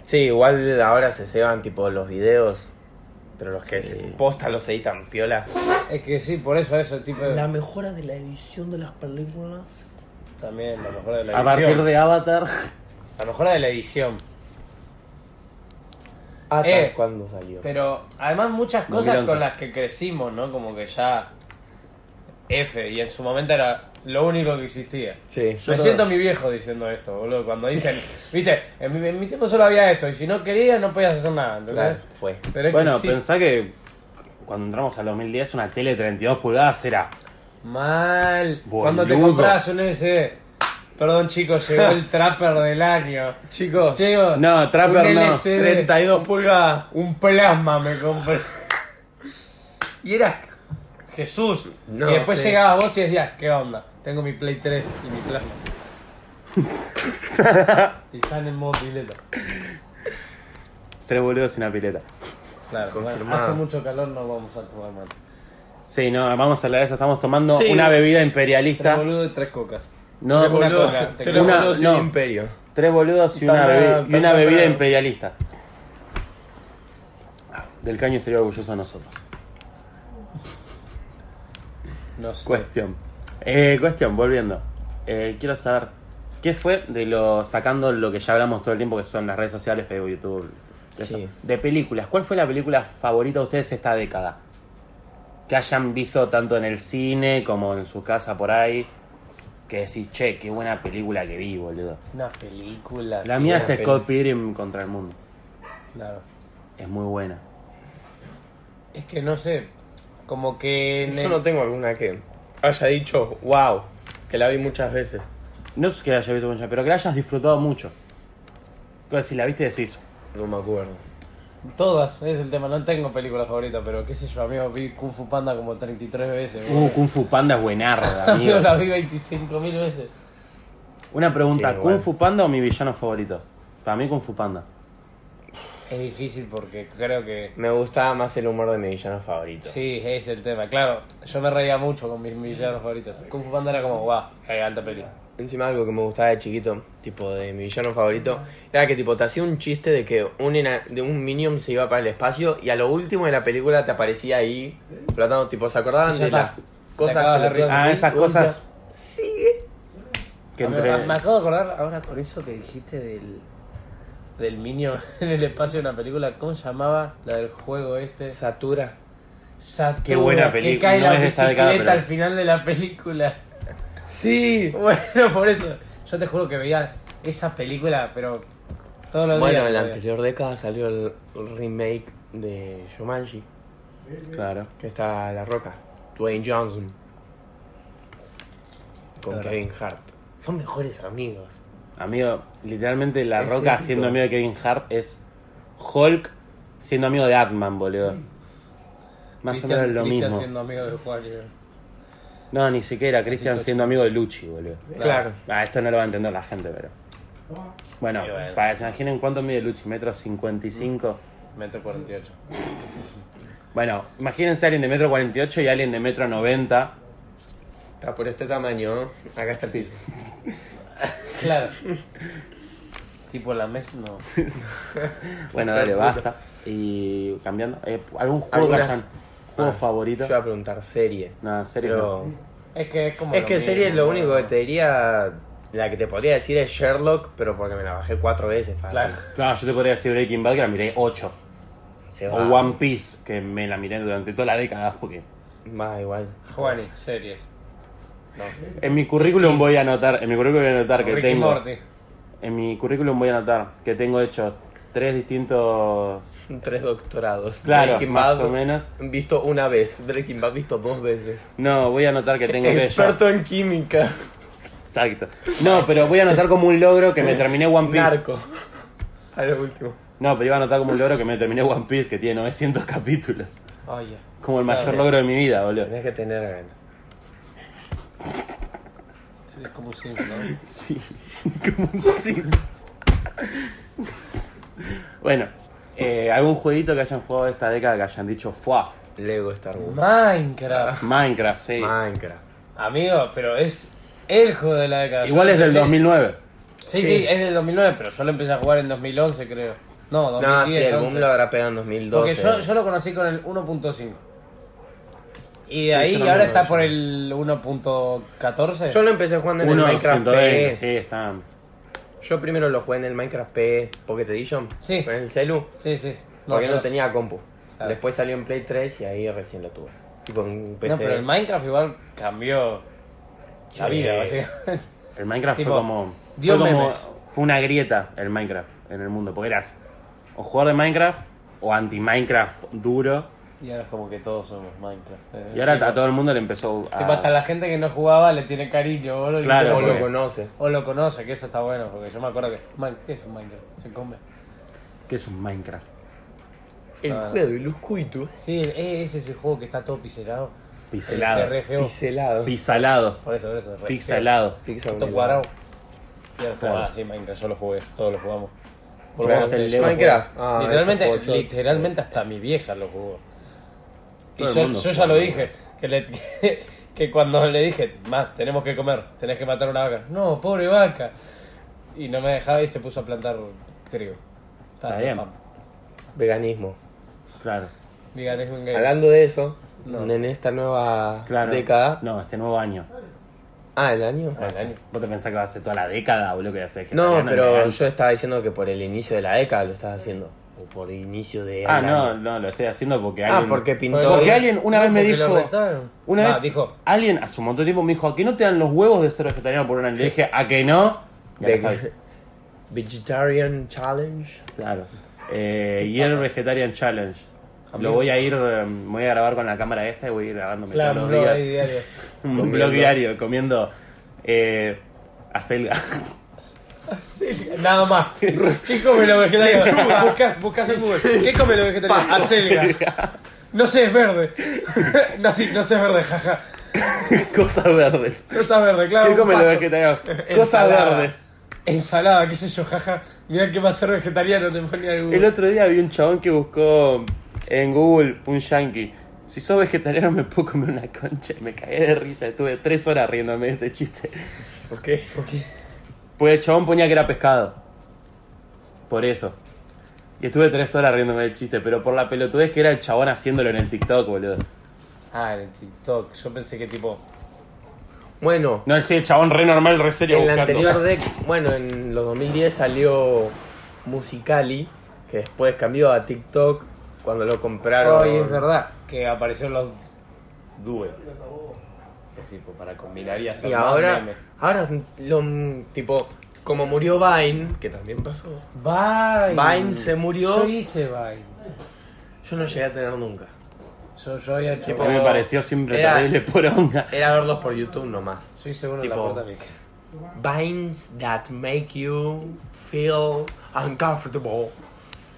[SPEAKER 2] Sí, igual ahora se ceban tipo los videos. Pero los que se posta los editan piola.
[SPEAKER 3] Es que sí, por eso, eso, tipo.
[SPEAKER 2] mejora de la edición de las películas.
[SPEAKER 3] También, la mejora de la
[SPEAKER 1] A
[SPEAKER 3] edición.
[SPEAKER 1] partir de Avatar.
[SPEAKER 3] La mejora de la edición.
[SPEAKER 2] Ata,
[SPEAKER 3] Eh,
[SPEAKER 2] Ah, ¿cuándo salió?
[SPEAKER 3] Pero además muchas cosas
[SPEAKER 1] 2011.
[SPEAKER 3] con las que crecimos, ¿no? Como que ya F y en su momento era lo único que existía.
[SPEAKER 2] Sí.
[SPEAKER 3] Me
[SPEAKER 1] no-
[SPEAKER 3] siento mi viejo diciendo esto, boludo. Cuando dicen, viste, en mi, en mi tiempo solo había esto y si no querías no podías hacer nada, ¿entendés?
[SPEAKER 2] Claro, fue.
[SPEAKER 3] Pero es
[SPEAKER 1] Bueno,
[SPEAKER 3] que sí.
[SPEAKER 1] pensá que cuando entramos al 2010 una tele de 32 pulgadas era...
[SPEAKER 3] Mal.
[SPEAKER 1] Boludo.
[SPEAKER 3] Cuando te compras un SD. Perdón, chicos, llegó el trapper del año.
[SPEAKER 2] Chicos,
[SPEAKER 3] Chicos,
[SPEAKER 1] No, trapper
[SPEAKER 3] un
[SPEAKER 1] no.
[SPEAKER 3] LCD,
[SPEAKER 2] 32 pulgadas.
[SPEAKER 3] Un plasma me compré.
[SPEAKER 2] Y era.
[SPEAKER 3] Jesús.
[SPEAKER 2] No,
[SPEAKER 3] y después
[SPEAKER 2] sí.
[SPEAKER 3] llegabas vos y decías, ¿qué onda? Tengo mi Play 3 y mi plasma. y están en modo pileta.
[SPEAKER 1] Tres boludos y una pileta.
[SPEAKER 3] Claro, bueno,
[SPEAKER 2] Confirmado.
[SPEAKER 3] hace mucho calor, no vamos a tomar mate.
[SPEAKER 1] Sí, no, vamos a hablar de eso. Estamos tomando
[SPEAKER 2] Sí.
[SPEAKER 1] una bebida
[SPEAKER 3] Tres
[SPEAKER 1] imperialista.
[SPEAKER 3] boludo y tres cocas.
[SPEAKER 1] No,
[SPEAKER 3] Tres
[SPEAKER 1] una
[SPEAKER 3] boludos.
[SPEAKER 1] coca.
[SPEAKER 3] Tres
[SPEAKER 2] lo
[SPEAKER 1] Una-
[SPEAKER 2] juro, soy
[SPEAKER 1] no,
[SPEAKER 2] un imperio.
[SPEAKER 1] tres boludos y
[SPEAKER 3] Tan
[SPEAKER 1] una,
[SPEAKER 3] bravo,
[SPEAKER 1] bebi- y
[SPEAKER 3] tan
[SPEAKER 1] una bebida
[SPEAKER 3] bravo.
[SPEAKER 1] imperialista. Del caño estaría orgulloso de nosotros.
[SPEAKER 3] No sé.
[SPEAKER 1] Cuestión. Eh, cuestión, volviendo. Eh, quiero saber, ¿qué fue de lo sacando lo que ya hablamos todo el tiempo, que son las redes sociales, Facebook, YouTube? de eso?
[SPEAKER 2] Sí.
[SPEAKER 1] De películas. ¿Cuál fue la película favorita de ustedes esta década? Que hayan visto tanto en el cine como en su casa por ahí. Que decís, che, qué buena película que vi, boludo.
[SPEAKER 3] Una película.
[SPEAKER 1] La
[SPEAKER 3] sí,
[SPEAKER 1] mía
[SPEAKER 3] una
[SPEAKER 1] es
[SPEAKER 3] peli-
[SPEAKER 1] Scott Pilgrim contra el mundo.
[SPEAKER 3] Claro.
[SPEAKER 1] Es muy buena.
[SPEAKER 3] Es que no sé. Como que. en
[SPEAKER 2] Yo
[SPEAKER 3] el-
[SPEAKER 2] no tengo alguna que haya dicho, wow, que la vi muchas veces.
[SPEAKER 1] No es que la haya visto mucho, pero que la hayas disfrutado mucho. Que Si la viste decís.
[SPEAKER 2] No me acuerdo.
[SPEAKER 3] Todas, es el tema. No tengo película favorita, pero qué sé yo, amigo. Vi Kung Fu Panda como 33 veces.
[SPEAKER 1] Uh,
[SPEAKER 3] boludo.
[SPEAKER 1] Kung Fu Panda es buenarda, amigo.
[SPEAKER 3] Amigo, la vi 25.000 veces.
[SPEAKER 1] Una pregunta,
[SPEAKER 2] Sí,
[SPEAKER 1] ¿Kung
[SPEAKER 2] igual.
[SPEAKER 1] Fu Panda o mi villano favorito? Para mí Kung Fu Panda.
[SPEAKER 3] Es difícil porque creo que.
[SPEAKER 2] Me gustaba más el humor de mi villano favorito.
[SPEAKER 3] Sí, es el tema. Claro, yo me reía mucho con mis villanos favoritos. Kung Fu Panda era como, guau, eh, alta peli.
[SPEAKER 2] Encima algo que me gustaba de chiquito, tipo de mi villano favorito, era que tipo te hacía un chiste de que un ena- de un minion se iba para el espacio y a lo último de la película te aparecía ahí flotando, tipo se acordaban
[SPEAKER 3] Y ya
[SPEAKER 2] de
[SPEAKER 3] está.
[SPEAKER 2] las cosas
[SPEAKER 3] acabas
[SPEAKER 2] que
[SPEAKER 3] de
[SPEAKER 2] le
[SPEAKER 3] reír.
[SPEAKER 2] pasaban.
[SPEAKER 1] Ah, esas
[SPEAKER 2] Y vos
[SPEAKER 1] cosas
[SPEAKER 2] decías,
[SPEAKER 1] que
[SPEAKER 3] Me-
[SPEAKER 1] entre-
[SPEAKER 3] Me, acabo de acordar ahora con eso que dijiste del. del niño en el espacio de una película. ¿Cómo se llamaba? La del juego este.
[SPEAKER 2] Satura.
[SPEAKER 3] Satura,
[SPEAKER 1] Qué buena
[SPEAKER 3] Que
[SPEAKER 1] peli-
[SPEAKER 3] cae
[SPEAKER 1] no
[SPEAKER 3] la
[SPEAKER 1] es de esa
[SPEAKER 3] bicicleta
[SPEAKER 1] década, pero-
[SPEAKER 3] al final de la película.
[SPEAKER 2] Sí.
[SPEAKER 3] Bueno, por eso. Yo te juro que veía esa película, pero todos los días.
[SPEAKER 2] Bueno, en la
[SPEAKER 3] veía.
[SPEAKER 2] anterior década salió el remake de Shumanji,
[SPEAKER 1] Claro.
[SPEAKER 2] que está La Roca, Dwayne Johnson, con
[SPEAKER 3] Claro.
[SPEAKER 2] Kevin Hart. Son mejores amigos.
[SPEAKER 1] Amigo, literalmente La
[SPEAKER 2] Es
[SPEAKER 1] Roca
[SPEAKER 2] épico.
[SPEAKER 1] siendo amigo de Kevin Hart es Hulk siendo amigo de Atman, boludo. Más o
[SPEAKER 3] Christian-
[SPEAKER 1] menos lo
[SPEAKER 3] Christian
[SPEAKER 1] mismo.
[SPEAKER 3] siendo amigo de Juan. yo.
[SPEAKER 1] No, ni siquiera Christian siendo amigo de Luchi, boludo.
[SPEAKER 2] Claro.
[SPEAKER 1] Ah, esto no lo va a entender la gente, pero. Bueno,
[SPEAKER 3] Y bueno.
[SPEAKER 1] para que se imaginen cuánto mide Luchi, metro 55.
[SPEAKER 3] Metro 48.
[SPEAKER 1] Bueno, imagínense a alguien de metro 48 y a alguien de metro 90.
[SPEAKER 2] Está por este tamaño, ¿no? Acá está el piso.
[SPEAKER 3] Claro. tipo la mesa, no.
[SPEAKER 1] Bueno, dale, basta. Y cambiando. eh, ¿Algún juego
[SPEAKER 2] Algunas- Ah,
[SPEAKER 1] que hayan- juego favorito?
[SPEAKER 2] Yo iba a preguntar serie.
[SPEAKER 1] No, en serio.
[SPEAKER 2] Pero...
[SPEAKER 3] Es que es como.
[SPEAKER 2] Es
[SPEAKER 3] lo
[SPEAKER 2] que
[SPEAKER 3] mismo,
[SPEAKER 2] serie lo
[SPEAKER 3] ¿no?
[SPEAKER 2] único que te diría... La que te podría decir es Sherlock, pero porque me la bajé cuatro veces fácil.
[SPEAKER 3] Claro.
[SPEAKER 1] no. No, yo te podría decir Breaking Bad que la miré 8.
[SPEAKER 2] Se
[SPEAKER 1] O
[SPEAKER 2] va.
[SPEAKER 1] One Piece, que me la miré durante toda la década. Porque
[SPEAKER 2] Va igual.
[SPEAKER 3] Juani, series.
[SPEAKER 1] en mi currículum voy a anotar, en mi currículum voy a anotar que
[SPEAKER 3] Ricky
[SPEAKER 1] tengo.
[SPEAKER 3] Morty.
[SPEAKER 1] En mi currículum voy a anotar que tengo hecho tres distintos.
[SPEAKER 2] Tres doctorados.
[SPEAKER 1] Claro,
[SPEAKER 2] Breaking
[SPEAKER 1] más
[SPEAKER 2] Bad
[SPEAKER 1] o menos.
[SPEAKER 2] Visto una vez. Breaking Bad visto dos veces.
[SPEAKER 1] No, voy a anotar que tengo que yo-
[SPEAKER 2] Experto en química.
[SPEAKER 1] Exacto. No, pero voy a anotar como un logro que me terminé One Piece.
[SPEAKER 2] Narco. A lo último.
[SPEAKER 1] No, pero iba a anotar como un logro que me terminé One Piece, que tiene 900 capítulos.
[SPEAKER 3] Oh, yeah.
[SPEAKER 1] Como el
[SPEAKER 3] Claro.
[SPEAKER 1] mayor logro de mi vida, boludo.
[SPEAKER 2] Tenés que tener ganas.
[SPEAKER 3] Sí, Es como un simple, ¿no?
[SPEAKER 1] Sí, como un sí. bueno, eh, algún jueguito que hayan jugado esta década que hayan dicho, ¡fua!
[SPEAKER 2] Lego Star Wars.
[SPEAKER 3] Minecraft.
[SPEAKER 1] Minecraft, sí.
[SPEAKER 2] Minecraft.
[SPEAKER 3] Amigo, pero es el juego de la década. Yo
[SPEAKER 1] Igual
[SPEAKER 3] lo
[SPEAKER 1] es del
[SPEAKER 3] empecé-
[SPEAKER 1] 2009.
[SPEAKER 3] Sí, sí, es del 2009, pero yo lo empecé a jugar en 2011, creo. No, 2010.
[SPEAKER 2] No, sí, el
[SPEAKER 3] 11.
[SPEAKER 2] boom lo habrá pegado en 2012.
[SPEAKER 3] Porque yo, yo lo conocí con el 1.5. Y
[SPEAKER 1] Sí,
[SPEAKER 3] de ahí
[SPEAKER 1] yo no
[SPEAKER 3] ahora
[SPEAKER 1] me
[SPEAKER 3] está
[SPEAKER 1] acuerdo.
[SPEAKER 3] por el 1.14.
[SPEAKER 2] Yo lo empecé jugando en el Minecraft
[SPEAKER 1] 1.120,
[SPEAKER 2] PE.
[SPEAKER 1] sí, está.
[SPEAKER 2] Yo primero lo jugué en el Minecraft PE Pocket Edition.
[SPEAKER 3] Sí.
[SPEAKER 2] En el celu.
[SPEAKER 3] Sí, sí.
[SPEAKER 2] porque
[SPEAKER 3] yo-
[SPEAKER 2] no tenía compu.
[SPEAKER 3] Claro.
[SPEAKER 2] Después salió en Play 3 y ahí recién lo tuve. Tipo en
[SPEAKER 1] Pues,
[SPEAKER 2] PC.
[SPEAKER 3] No,
[SPEAKER 1] eh,
[SPEAKER 3] pero el Minecraft igual cambió la
[SPEAKER 2] Sí.
[SPEAKER 3] vida, básicamente.
[SPEAKER 1] El Minecraft
[SPEAKER 3] Tipo,
[SPEAKER 1] fue como.
[SPEAKER 3] dio
[SPEAKER 1] Fue, como-
[SPEAKER 3] memes.
[SPEAKER 1] fue una grieta el Minecraft en el mundo. Porque eras o jugador de Minecraft o anti-Minecraft duro.
[SPEAKER 3] Y ahora es como que todos somos Minecraft. eh.
[SPEAKER 1] Y ahora
[SPEAKER 3] Tipo,
[SPEAKER 1] a todo el mundo le empezó a.
[SPEAKER 3] tipo, hasta la gente que no jugaba le tiene cariño, boludo. y
[SPEAKER 1] Claro,
[SPEAKER 3] tipo,
[SPEAKER 2] Vos lo
[SPEAKER 1] porque-
[SPEAKER 2] conoces.
[SPEAKER 3] O lo conoce, que eso está bueno, porque yo me acuerdo que. Man, ¿Qué es un Minecraft? Se come.
[SPEAKER 1] ¿Qué es un Minecraft?
[SPEAKER 2] El
[SPEAKER 3] Ah.
[SPEAKER 2] juego de los cuitos.
[SPEAKER 3] Sí, el- eh, ese es el juego que está todo pixelado. Se
[SPEAKER 1] Pixelado.
[SPEAKER 3] re feo.
[SPEAKER 2] Pixelado.
[SPEAKER 1] Pixelado.
[SPEAKER 3] Por eso, por eso. re
[SPEAKER 1] Pixelado.
[SPEAKER 3] feo.
[SPEAKER 2] Pixel
[SPEAKER 3] Todo cuadrado. Y ahora jugaba así Minecraft, yo lo jugué, todos lo jugamos. Por
[SPEAKER 1] Claro,
[SPEAKER 3] vos,
[SPEAKER 1] el
[SPEAKER 3] yo
[SPEAKER 1] Lego.
[SPEAKER 3] lo jugué.
[SPEAKER 2] Minecraft. Ah, ese
[SPEAKER 3] literalmente,
[SPEAKER 2] juego yo-
[SPEAKER 3] literalmente hasta mi vieja lo jugó. Y
[SPEAKER 1] Todo el
[SPEAKER 3] yo,
[SPEAKER 1] mundo
[SPEAKER 3] yo ya
[SPEAKER 1] jugó
[SPEAKER 3] lo
[SPEAKER 1] al
[SPEAKER 3] dije, que, le- que, que cuando le dije, más, tenemos que comer, tenés que matar una vaca. No, pobre vaca. Y no me dejaba y se puso a plantar trigo.
[SPEAKER 1] Está
[SPEAKER 3] Para hacer
[SPEAKER 1] bien.
[SPEAKER 3] pan.
[SPEAKER 2] Veganismo.
[SPEAKER 1] Claro.
[SPEAKER 3] Digan, es un gay.
[SPEAKER 2] Hablando de eso,
[SPEAKER 3] No.
[SPEAKER 2] en esta nueva
[SPEAKER 1] Claro.
[SPEAKER 2] década.
[SPEAKER 1] No, este nuevo año.
[SPEAKER 2] Ah, el año.
[SPEAKER 3] Ah, el año.
[SPEAKER 1] ¿Vos te pensás que va a ser toda la década, boludo, que va a ser
[SPEAKER 2] No,
[SPEAKER 1] vegetariano,
[SPEAKER 2] pero
[SPEAKER 1] vegano?
[SPEAKER 2] yo estaba diciendo que por el inicio de la década lo estás haciendo. O por el inicio de.
[SPEAKER 1] Ah,
[SPEAKER 2] el
[SPEAKER 1] no,
[SPEAKER 2] año.
[SPEAKER 1] no, lo estoy haciendo porque
[SPEAKER 2] Ah,
[SPEAKER 1] alguien...
[SPEAKER 2] porque pintó.
[SPEAKER 1] Porque alguien una
[SPEAKER 3] No,
[SPEAKER 1] vez me
[SPEAKER 3] porque lo
[SPEAKER 1] dijo...
[SPEAKER 3] retaron.
[SPEAKER 1] Una
[SPEAKER 3] No,
[SPEAKER 1] vez
[SPEAKER 3] dijo.
[SPEAKER 1] alguien hace un montón de tiempo me dijo, ¿a qué no te dan los huevos de ser vegetariano por un año? Le dije, ¿a que no? Y acá
[SPEAKER 2] de-
[SPEAKER 1] estoy.
[SPEAKER 2] Vegetarian Challenge.
[SPEAKER 1] Claro. Eh, y el Vegetarian Challenge.
[SPEAKER 3] Amigo.
[SPEAKER 1] Lo voy a ir, eh, me voy a grabar con la cámara esta y voy a ir grabándome
[SPEAKER 3] Claro,
[SPEAKER 1] todos
[SPEAKER 3] no,
[SPEAKER 1] los días.
[SPEAKER 3] ahí, diario.
[SPEAKER 1] Un
[SPEAKER 2] Comiendo.
[SPEAKER 1] blog diario comiendo eh, acelga.
[SPEAKER 3] Nada más. ¿Qué come los vegetarianos? Buscas, buscas en Google. ¿Qué come los vegetarianos? Acelga. No sé, es verde. No, sí, no sé, es verde, jaja.
[SPEAKER 1] Cosas verdes.
[SPEAKER 3] No sé, es verde, claro.
[SPEAKER 1] ¿Qué
[SPEAKER 3] un
[SPEAKER 1] comen los
[SPEAKER 3] pasto.
[SPEAKER 1] vegetarianos? Cosas
[SPEAKER 3] Ensalada.
[SPEAKER 1] verdes.
[SPEAKER 3] Ensalada, qué sé yo, jaja. Mirá que va a ser vegetariano, te ponía el
[SPEAKER 1] El
[SPEAKER 3] Google.
[SPEAKER 1] otro día vi un chabón que buscó en Google un yankee. Si sos vegetariano me puedo comer una concha. Y Me cagué de risa. Estuve tres horas riéndome de ese chiste.
[SPEAKER 2] ¿Por qué?
[SPEAKER 1] Pues el chabón ponía que era pescado. Por eso. Y estuve tres horas riéndome del chiste, pero por la pelotudez que era el chabón haciéndolo en el TikTok, boludo.
[SPEAKER 3] Ah, en el TikTok. Yo pensé que tipo.
[SPEAKER 2] Bueno,
[SPEAKER 1] No, sí, el chabón re normal, re serio
[SPEAKER 2] en la
[SPEAKER 1] buscando.
[SPEAKER 2] anterior década. Bueno, en los 2010 salió Musicali, que después cambió a TikTok cuando lo compraron.
[SPEAKER 3] Ay, es verdad. Que aparecieron los duets. Es tipo, para combinar y hacer
[SPEAKER 2] Y
[SPEAKER 3] más
[SPEAKER 2] ahora,
[SPEAKER 3] memes.
[SPEAKER 2] ahora lo, tipo, como murió Vine, que también pasó,
[SPEAKER 3] Vine.
[SPEAKER 2] Vine se murió.
[SPEAKER 3] Yo hice Vine.
[SPEAKER 2] yo no llegué a tener nunca.
[SPEAKER 3] Yo, yo había hecho.
[SPEAKER 1] A mí me pareció siempre
[SPEAKER 2] Era-
[SPEAKER 1] terrible poronga.
[SPEAKER 2] Era verlos por YouTube nomás.
[SPEAKER 3] Yo hice uno en la
[SPEAKER 2] Tipo-
[SPEAKER 3] puerta de mi casa.
[SPEAKER 2] Vines that make you feel uncomfortable.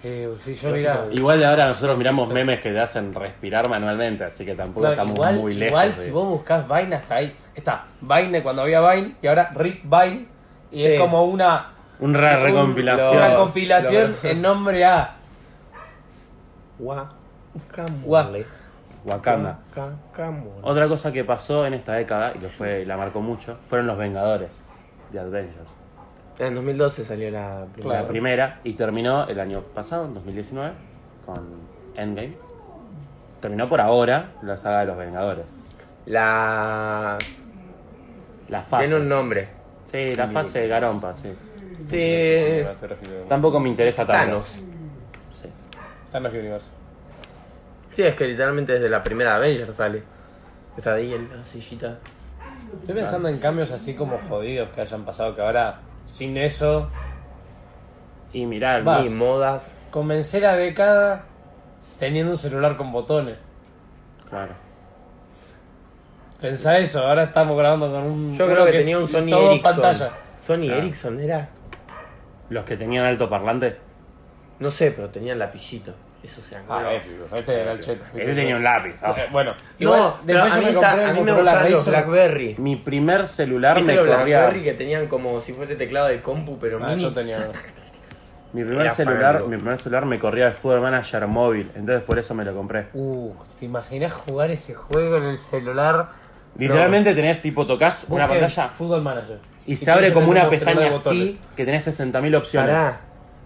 [SPEAKER 3] Eh, sí, yo mirá.
[SPEAKER 1] Igual ahora nosotros miramos memes que te hacen respirar manualmente, así que tampoco
[SPEAKER 3] No,
[SPEAKER 1] estamos
[SPEAKER 3] igual,
[SPEAKER 1] muy lejos.
[SPEAKER 3] igual
[SPEAKER 1] de-
[SPEAKER 3] si vos buscás Vine hasta ahí. Está Vine de cuando había Vine y ahora Rick Vine. Y es
[SPEAKER 2] Sí.
[SPEAKER 3] como una,
[SPEAKER 1] Un re recompilación.
[SPEAKER 3] una
[SPEAKER 2] Los-
[SPEAKER 3] compilación
[SPEAKER 2] los-
[SPEAKER 3] en nombre a.
[SPEAKER 2] Guacamole.
[SPEAKER 1] Wakanda.
[SPEAKER 2] Guacamole.
[SPEAKER 1] Otra cosa que pasó en esta década, y que fue, la marcó mucho, fueron los Vengadores de Avengers.
[SPEAKER 2] En 2012 salió la primera.
[SPEAKER 1] La primera, y terminó el año pasado, en 2019, con Endgame. Terminó por ahora la saga de los Vengadores.
[SPEAKER 2] La.
[SPEAKER 1] La fase.
[SPEAKER 2] Tiene un nombre.
[SPEAKER 1] Sí, la fase de Garompa, sí.
[SPEAKER 3] eh,
[SPEAKER 2] Sí.
[SPEAKER 1] Tampoco me interesa tanto.
[SPEAKER 2] Thanos.
[SPEAKER 1] Sí.
[SPEAKER 3] Thanos Universo.
[SPEAKER 2] Sí, es que literalmente desde la primera Avengers sale. Esa de ahí en la sillita.
[SPEAKER 3] Estoy pensando en cambios así como jodidos que hayan pasado. Que ahora, sin eso,
[SPEAKER 1] Y mirá, el
[SPEAKER 3] Vas.
[SPEAKER 2] Y
[SPEAKER 1] mismo.
[SPEAKER 2] modas.
[SPEAKER 3] comencé la década teniendo un celular con botones.
[SPEAKER 1] Claro.
[SPEAKER 3] Pensá eso, ahora estamos grabando con un.
[SPEAKER 2] Yo
[SPEAKER 3] uno
[SPEAKER 2] creo que, tenía un Sony
[SPEAKER 3] todo
[SPEAKER 2] Ericsson.
[SPEAKER 3] pantalla.
[SPEAKER 2] Sony
[SPEAKER 1] Claro.
[SPEAKER 2] Ericsson era.
[SPEAKER 1] Los que tenían alto parlante.
[SPEAKER 2] No sé, pero tenía lapicito. Eso se
[SPEAKER 3] Ah,
[SPEAKER 1] eh.
[SPEAKER 3] épico. Este era el cheto.
[SPEAKER 1] Él tenía un lápiz. ah.
[SPEAKER 3] Eh, Bueno,
[SPEAKER 2] No,
[SPEAKER 3] igual,
[SPEAKER 2] pero
[SPEAKER 3] después
[SPEAKER 2] a
[SPEAKER 3] yo
[SPEAKER 2] mí,
[SPEAKER 3] me
[SPEAKER 2] esa-
[SPEAKER 3] compré
[SPEAKER 2] a
[SPEAKER 3] el
[SPEAKER 2] mí me
[SPEAKER 3] Motorola
[SPEAKER 2] gustaban los
[SPEAKER 3] Razr.
[SPEAKER 2] Blackberry.
[SPEAKER 1] Mi primer celular
[SPEAKER 3] Este
[SPEAKER 2] ¿Viste
[SPEAKER 1] me
[SPEAKER 2] los
[SPEAKER 1] corría.
[SPEAKER 2] Blackberry que tenían como si fuese teclado de compu, pero
[SPEAKER 3] Ah,
[SPEAKER 2] mini?
[SPEAKER 3] yo tenía uno.
[SPEAKER 1] Mi primer
[SPEAKER 2] Era
[SPEAKER 1] celular,
[SPEAKER 2] fanático.
[SPEAKER 1] mi primer celular me corría el Football Manager móvil, entonces por eso me lo compré.
[SPEAKER 3] Uh, ¿te imaginas jugar ese juego en el celular?
[SPEAKER 1] Literalmente tenés tipo tocas una
[SPEAKER 3] Busquen
[SPEAKER 1] pantalla
[SPEAKER 3] Fútbol Manager.
[SPEAKER 1] y se abre como una
[SPEAKER 3] tenés
[SPEAKER 1] pestaña
[SPEAKER 3] celular de
[SPEAKER 1] así
[SPEAKER 3] botones.
[SPEAKER 1] que tenés 60.000 opciones.
[SPEAKER 2] Pará.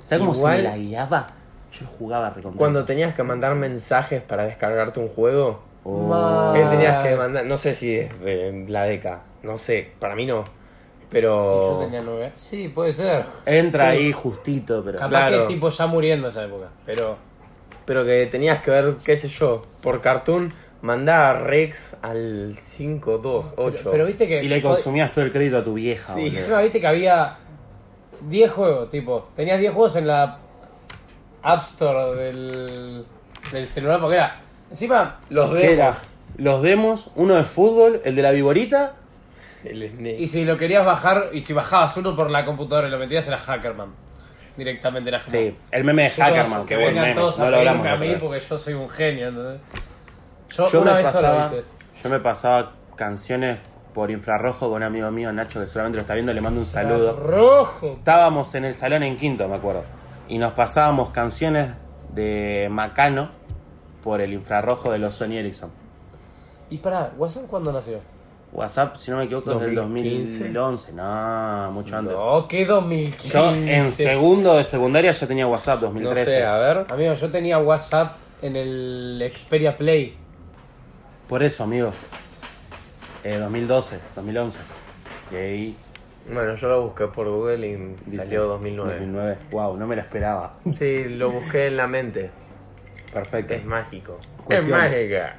[SPEAKER 1] ¿Sabes cómo se me
[SPEAKER 2] Igual-
[SPEAKER 1] la guiaba? Yo jugaba recontra.
[SPEAKER 2] Cuando tenías que mandar mensajes para descargarte un juego,
[SPEAKER 1] Oh.
[SPEAKER 3] Ma-
[SPEAKER 2] eh, tenías que mandar. No sé si es de la deca, no sé, para mí no.
[SPEAKER 3] Y
[SPEAKER 2] Pero.
[SPEAKER 3] yo tenía nueve. Sí, puede ser.
[SPEAKER 1] Entra
[SPEAKER 3] Sí.
[SPEAKER 1] ahí justito, pero.
[SPEAKER 3] Capaz
[SPEAKER 2] Claro.
[SPEAKER 3] que tipo ya muriendo esa época. Pero
[SPEAKER 2] pero que tenías que ver, qué sé yo, por cartoon, mandá a Rex al 528.
[SPEAKER 3] Pero, pero viste que.
[SPEAKER 1] Y le consumías todo el crédito a tu vieja,
[SPEAKER 2] Sí,
[SPEAKER 1] boludo.
[SPEAKER 3] Encima viste que había 10 juegos, tipo. Tenías 10 juegos en la App Store del, del celular, porque era. Encima,
[SPEAKER 2] Los
[SPEAKER 1] ¿Qué era?
[SPEAKER 2] demos.
[SPEAKER 1] Los demos, uno de fútbol, el de la viborita.
[SPEAKER 2] El Snake.
[SPEAKER 3] y si lo querías bajar, y si bajabas uno por la computadora y lo metías, era Hackerman. Directamente era como.
[SPEAKER 1] Sí, el meme de
[SPEAKER 3] Chicos,
[SPEAKER 1] Hackerman, que
[SPEAKER 3] que
[SPEAKER 1] buen
[SPEAKER 3] vengan
[SPEAKER 1] meme.
[SPEAKER 3] todos a
[SPEAKER 1] No lo hablamos.
[SPEAKER 3] pedirme a
[SPEAKER 1] la
[SPEAKER 3] mí
[SPEAKER 1] otra vez.
[SPEAKER 3] porque yo soy un genio. ¿entendés? Yo,
[SPEAKER 1] Yo
[SPEAKER 3] una
[SPEAKER 1] me,
[SPEAKER 3] vez
[SPEAKER 1] pasaba,
[SPEAKER 3] solo hice.
[SPEAKER 1] yo me pasaba canciones por infrarrojo con un amigo mío, Nacho, que solamente lo está viendo, le mando un saludo.
[SPEAKER 3] Rojo.
[SPEAKER 1] Estábamos en el salón en quinto, me acuerdo. Y nos pasábamos canciones de Macano por el infrarrojo de los Sony Ericsson.
[SPEAKER 3] Y pará, ¿Guasón cuándo nació?
[SPEAKER 1] WhatsApp, si no me equivoco, es del
[SPEAKER 2] 2015.
[SPEAKER 1] 2011. No, mucho antes.
[SPEAKER 3] No, que 2015.
[SPEAKER 1] Yo en segundo de secundaria ya tenía WhatsApp
[SPEAKER 2] No
[SPEAKER 1] 2013.
[SPEAKER 2] sé, a ver.
[SPEAKER 3] Amigo, yo tenía WhatsApp en el Xperia Play.
[SPEAKER 1] Por eso, amigo. Eh, 2012, 2011. Y ahí
[SPEAKER 2] Bueno, yo lo busqué por Google y
[SPEAKER 1] dice-
[SPEAKER 2] salió 2009.
[SPEAKER 1] 2009. Wow, no me lo esperaba.
[SPEAKER 2] Sí, lo busqué en la mente.
[SPEAKER 1] Perfecto.
[SPEAKER 2] Es mágico.
[SPEAKER 1] Cuestión.
[SPEAKER 2] Es mágica.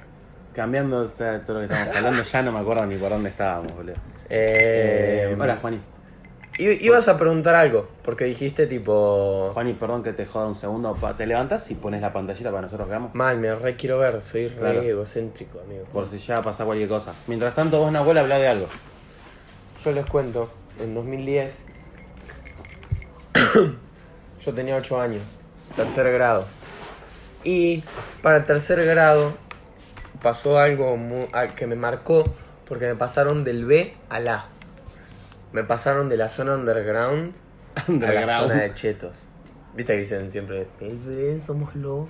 [SPEAKER 1] Cambiando o sea, todo lo que estamos hablando, ya no me acuerdo ni por dónde estábamos, boludo.
[SPEAKER 2] Eh,
[SPEAKER 1] Eh, hola, Juani.
[SPEAKER 2] i- Ibas a preguntar algo, porque dijiste tipo...
[SPEAKER 1] Juani, perdón que te joda un segundo. Pa- ¿Te levantás y pones la pantallita para que nosotros veamos?
[SPEAKER 2] Mal, me re quiero ver, soy re
[SPEAKER 1] Claro.
[SPEAKER 2] egocéntrico, amigo.
[SPEAKER 1] Por si ya pasa cualquier cosa. Mientras tanto, vos, Nahuel, habla de algo.
[SPEAKER 2] Yo les cuento, en 2010 yo tenía 8 años, tercer grado. Y para tercer grado pasó algo mu- a- que me marcó porque me pasaron del B a la A. Me pasaron de la zona underground, a la
[SPEAKER 1] Underground.
[SPEAKER 2] zona de chetos. Viste que dicen siempre, "El B somos los...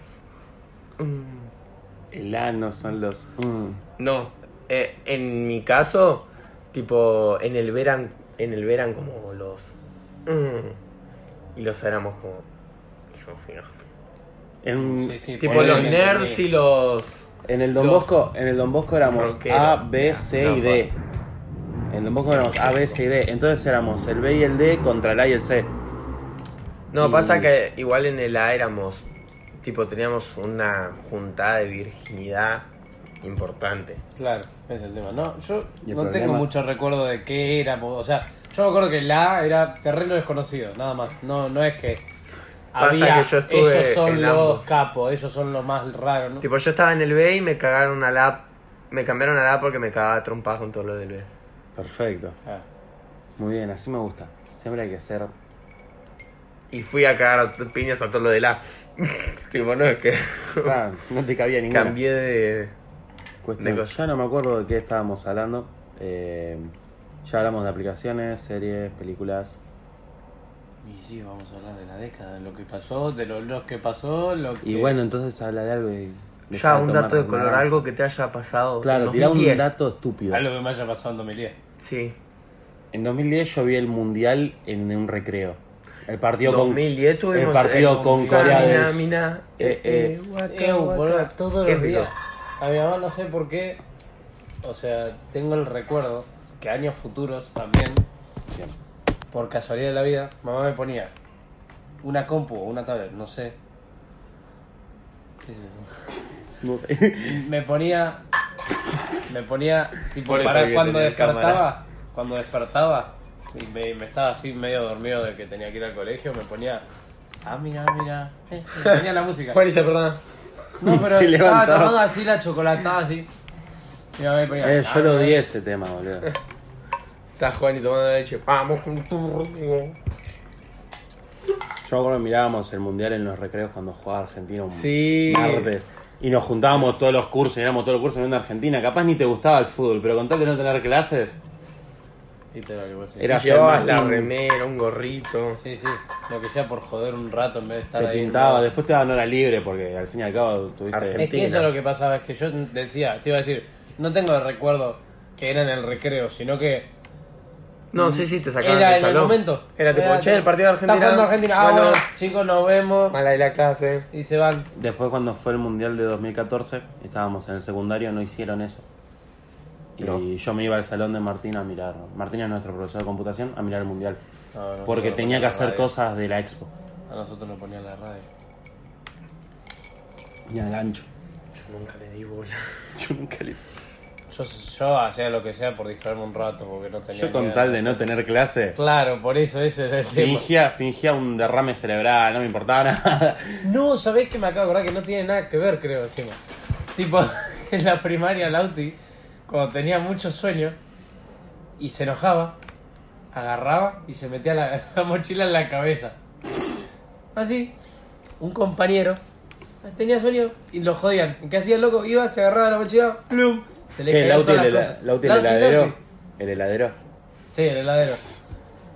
[SPEAKER 2] Mm".
[SPEAKER 1] El ano son los. mm.
[SPEAKER 2] No, eh, en mi caso, tipo, en el verano, en el verano como los... mm, y los éramos como...
[SPEAKER 1] En, un-
[SPEAKER 3] Sí, sí,
[SPEAKER 2] Tipo
[SPEAKER 1] por
[SPEAKER 2] los
[SPEAKER 1] ahí
[SPEAKER 2] nerds y los...
[SPEAKER 1] en el Don
[SPEAKER 2] los-
[SPEAKER 1] Bosco, en el Don Bosco éramos
[SPEAKER 2] Rockeros.
[SPEAKER 1] A, B, C y
[SPEAKER 2] No,
[SPEAKER 1] D. En Don Bosco éramos A, B, C y D. Entonces éramos el B y el D contra el A y el C.
[SPEAKER 2] No,
[SPEAKER 1] Y-
[SPEAKER 2] pasa que igual en el A éramos... Tipo, teníamos una juntada de virginidad importante.
[SPEAKER 3] Claro, ese es el tema. No, yo
[SPEAKER 1] ¿Y el
[SPEAKER 3] no
[SPEAKER 1] problema?
[SPEAKER 3] tengo mucho recuerdo de qué era. po- O sea, yo me acuerdo que la A era terreno desconocido, nada más. No, no es que
[SPEAKER 2] Pasa
[SPEAKER 3] había.
[SPEAKER 2] que yo estuve
[SPEAKER 3] ellos son
[SPEAKER 2] en
[SPEAKER 3] los
[SPEAKER 2] ambos.
[SPEAKER 3] capos, ellos son los más raros. ¿no?
[SPEAKER 2] Tipo, yo estaba en el B y me cagaron a la... Me cambiaron a la A porque me cagaba a trompadas con todo lo del B.
[SPEAKER 1] Perfecto.
[SPEAKER 3] Ah.
[SPEAKER 1] Muy bien, así me gusta. Siempre hay que ser.
[SPEAKER 2] Y fui a cagar a piñas a todo lo del A. tipo, no es que...
[SPEAKER 1] Claro, Ah, no te cabía ninguna.
[SPEAKER 2] Cambié de...
[SPEAKER 1] Cuestión,
[SPEAKER 2] de cosa.
[SPEAKER 1] ya no me acuerdo de qué estábamos hablando. Eh, ya hablamos de aplicaciones, series, películas.
[SPEAKER 3] Y sí, vamos a hablar de la década, de lo que pasó, de lo, lo que pasó, lo que.
[SPEAKER 1] Y bueno, entonces habla de algo y. deja
[SPEAKER 2] Ya,
[SPEAKER 1] de
[SPEAKER 2] un
[SPEAKER 1] tomar
[SPEAKER 2] dato de color,
[SPEAKER 1] naranja.
[SPEAKER 2] algo que te haya pasado.
[SPEAKER 1] Claro,
[SPEAKER 2] en
[SPEAKER 1] tirá un
[SPEAKER 2] 2010.
[SPEAKER 1] dato estúpido.
[SPEAKER 3] Algo que me haya pasado en 2010.
[SPEAKER 2] Sí.
[SPEAKER 1] En 2010 yo vi el mundial en un recreo. El partido con.
[SPEAKER 2] 2010 tuvimos
[SPEAKER 1] El partido
[SPEAKER 2] eh,
[SPEAKER 1] con Corea
[SPEAKER 2] Samina,
[SPEAKER 1] del
[SPEAKER 2] Mina,
[SPEAKER 1] Eh,
[SPEAKER 2] eh,
[SPEAKER 1] eh.
[SPEAKER 2] eh, guaca,
[SPEAKER 3] Eh,
[SPEAKER 2] guaca.
[SPEAKER 3] boludo, todos los
[SPEAKER 2] Épico.
[SPEAKER 3] días. A mi mamá no sé por qué. O sea, tengo el recuerdo que años futuros también, por casualidad de la vida, mamá me ponía una compu o una tablet, no sé. ¿Qué sé yo?
[SPEAKER 1] No sé.
[SPEAKER 3] Me ponía. Me ponía. Tipo,
[SPEAKER 2] Por eso
[SPEAKER 3] para
[SPEAKER 2] que
[SPEAKER 3] cuando
[SPEAKER 2] tenía
[SPEAKER 3] despertaba.
[SPEAKER 2] cámara.
[SPEAKER 3] Cuando despertaba. Y me, me estaba así medio dormido de que tenía que ir al colegio, me ponía. Ah, mira, mira. eh, me ponía la música.
[SPEAKER 2] Juan dice, perdón.
[SPEAKER 3] No, pero
[SPEAKER 1] Se
[SPEAKER 3] estaba
[SPEAKER 1] levantaba.
[SPEAKER 3] tomando así la chocolatada, así. Y a ver, ponía,
[SPEAKER 1] Eh, yo lo
[SPEAKER 3] "Ah,
[SPEAKER 1] odié ese tema, boludo.
[SPEAKER 2] Está Juan y tomando leche. Vamos con turno.
[SPEAKER 1] Yo me acuerdo que mirábamos el mundial en los recreos cuando jugaba Argentina un
[SPEAKER 2] Sí.
[SPEAKER 1] martes. Y nos juntábamos todos los cursos, y éramos todos los cursos viendo Argentina. Capaz ni te gustaba el fútbol, pero con tal de no tener clases,
[SPEAKER 3] Y te lo llevo, sí.
[SPEAKER 1] Era- Gracias,
[SPEAKER 2] Llevabas la
[SPEAKER 1] Marcín.
[SPEAKER 2] remera, un gorrito.
[SPEAKER 3] Sí, sí, lo que sea por joder un rato en vez de estar
[SPEAKER 1] te
[SPEAKER 3] ahí.
[SPEAKER 1] pintaba. Después te daban hora libre porque al fin y al cabo tuviste.
[SPEAKER 3] Es que eso es lo que pasaba, es que yo decía, te iba a decir, no tengo el recuerdo que era en el recreo, sino que
[SPEAKER 2] No, sí, sí, te sacaban
[SPEAKER 3] era
[SPEAKER 2] del
[SPEAKER 3] en el
[SPEAKER 2] salón.
[SPEAKER 3] momento.
[SPEAKER 2] Era tipo, che, el partido de Argentina.
[SPEAKER 3] Está jugando Argentina, ah, bueno,
[SPEAKER 2] bueno.
[SPEAKER 3] chicos, nos vemos.
[SPEAKER 2] Mala de la clase.
[SPEAKER 3] Y se van.
[SPEAKER 1] Después, cuando fue el mundial de 2014, estábamos en el secundario, no hicieron eso. Y
[SPEAKER 2] No.
[SPEAKER 1] yo me iba al salón de Martín a mirar. Martín es nuestro profesor de computación, a mirar el mundial.
[SPEAKER 3] No, no,
[SPEAKER 1] Porque
[SPEAKER 3] no,
[SPEAKER 1] tenía
[SPEAKER 3] no,
[SPEAKER 1] que
[SPEAKER 3] no,
[SPEAKER 1] hacer
[SPEAKER 3] radio.
[SPEAKER 1] cosas de la expo.
[SPEAKER 3] A nosotros nos ponían la radio.
[SPEAKER 1] Ni al gancho.
[SPEAKER 2] Yo nunca le di bola.
[SPEAKER 1] Yo nunca le.
[SPEAKER 3] Yo, yo hacía lo que sea por distraerme un rato porque no tenía.
[SPEAKER 1] Yo
[SPEAKER 3] ni
[SPEAKER 1] con
[SPEAKER 3] idea.
[SPEAKER 1] tal de no tener clase,
[SPEAKER 3] Claro, por eso ese era el tema.
[SPEAKER 1] fingía, fingía un derrame cerebral, no me importaba nada.
[SPEAKER 3] No, ¿sabés que me acabo de acordar que no tiene nada que ver, creo, encima? Tipo, en la primaria Lauti, cuando tenía mucho sueño y se enojaba, agarraba y se metía la, la mochila en la cabeza. Así, un compañero tenía sueño y lo jodían. ¿Y ¿Qué hacía el loco? Iba, se agarraba la mochila, plum, se le
[SPEAKER 1] ¿Qué?
[SPEAKER 3] caían
[SPEAKER 1] ¿Lauti
[SPEAKER 3] todas
[SPEAKER 1] el,
[SPEAKER 3] las
[SPEAKER 1] hela-
[SPEAKER 3] cosas.
[SPEAKER 1] Lauti el
[SPEAKER 3] Lauti,
[SPEAKER 1] heladero?
[SPEAKER 3] Lauti.
[SPEAKER 1] El heladero.
[SPEAKER 3] Sí, el heladero.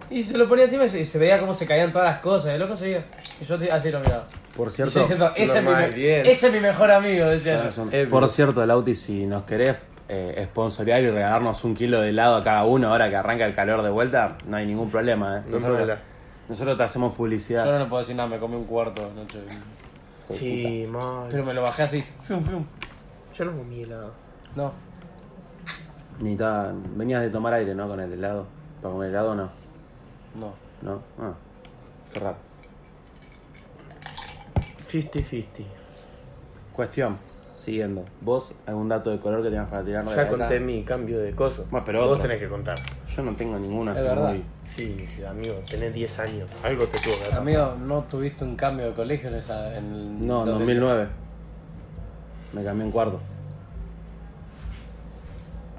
[SPEAKER 3] Y se lo ponía encima y se, se veía cómo se caían todas las cosas. El loco seguía. Y yo así lo miraba.
[SPEAKER 1] Por
[SPEAKER 3] Y yo
[SPEAKER 1] cierto,
[SPEAKER 3] diciendo, ese,
[SPEAKER 2] normal,
[SPEAKER 3] es mi, me-
[SPEAKER 2] bien.
[SPEAKER 3] ese es mi mejor amigo, decía yo.
[SPEAKER 1] Son-
[SPEAKER 2] Eh,
[SPEAKER 1] Por
[SPEAKER 2] pero-
[SPEAKER 1] cierto, Lauti, si nos querés eh, sponsorear y regalarnos un kilo de helado a cada uno ahora que arranca el calor de vuelta, no hay ningún problema. ¿eh?
[SPEAKER 2] No hay
[SPEAKER 1] Nosotros,
[SPEAKER 2] problema.
[SPEAKER 1] nosotros te hacemos
[SPEAKER 3] Yo
[SPEAKER 1] publicidad.
[SPEAKER 3] no le puedo decir nada, me comí un cuarto anoche.
[SPEAKER 2] Sí, mal.
[SPEAKER 3] Pero me lo bajé así. Fium, fium.
[SPEAKER 2] yo no comí helado.
[SPEAKER 3] No.
[SPEAKER 1] Necesitaba- venías de tomar aire, ¿no? Con el helado. ¿Para comer helado no?
[SPEAKER 3] No.
[SPEAKER 1] ¿No? Ah, qué raro.
[SPEAKER 2] 50-50.
[SPEAKER 1] Cuestión, siguiendo. ¿Vos algún dato de color que tenías para tirarnos de
[SPEAKER 2] Ya
[SPEAKER 1] la
[SPEAKER 2] conté
[SPEAKER 1] boca?
[SPEAKER 2] mi cambio de coso.
[SPEAKER 1] Bueno, pero
[SPEAKER 2] Vos
[SPEAKER 1] otro.
[SPEAKER 2] tenés que contar.
[SPEAKER 1] Yo no tengo ninguno así
[SPEAKER 3] verdad.
[SPEAKER 1] muy-
[SPEAKER 2] Sí, amigo, tenés 10 años. Algo te tuvo que haber
[SPEAKER 3] Amigo, ¿no tuviste un cambio de colegio en esa. En el
[SPEAKER 1] No, en 2009. Me cambié un cuarto.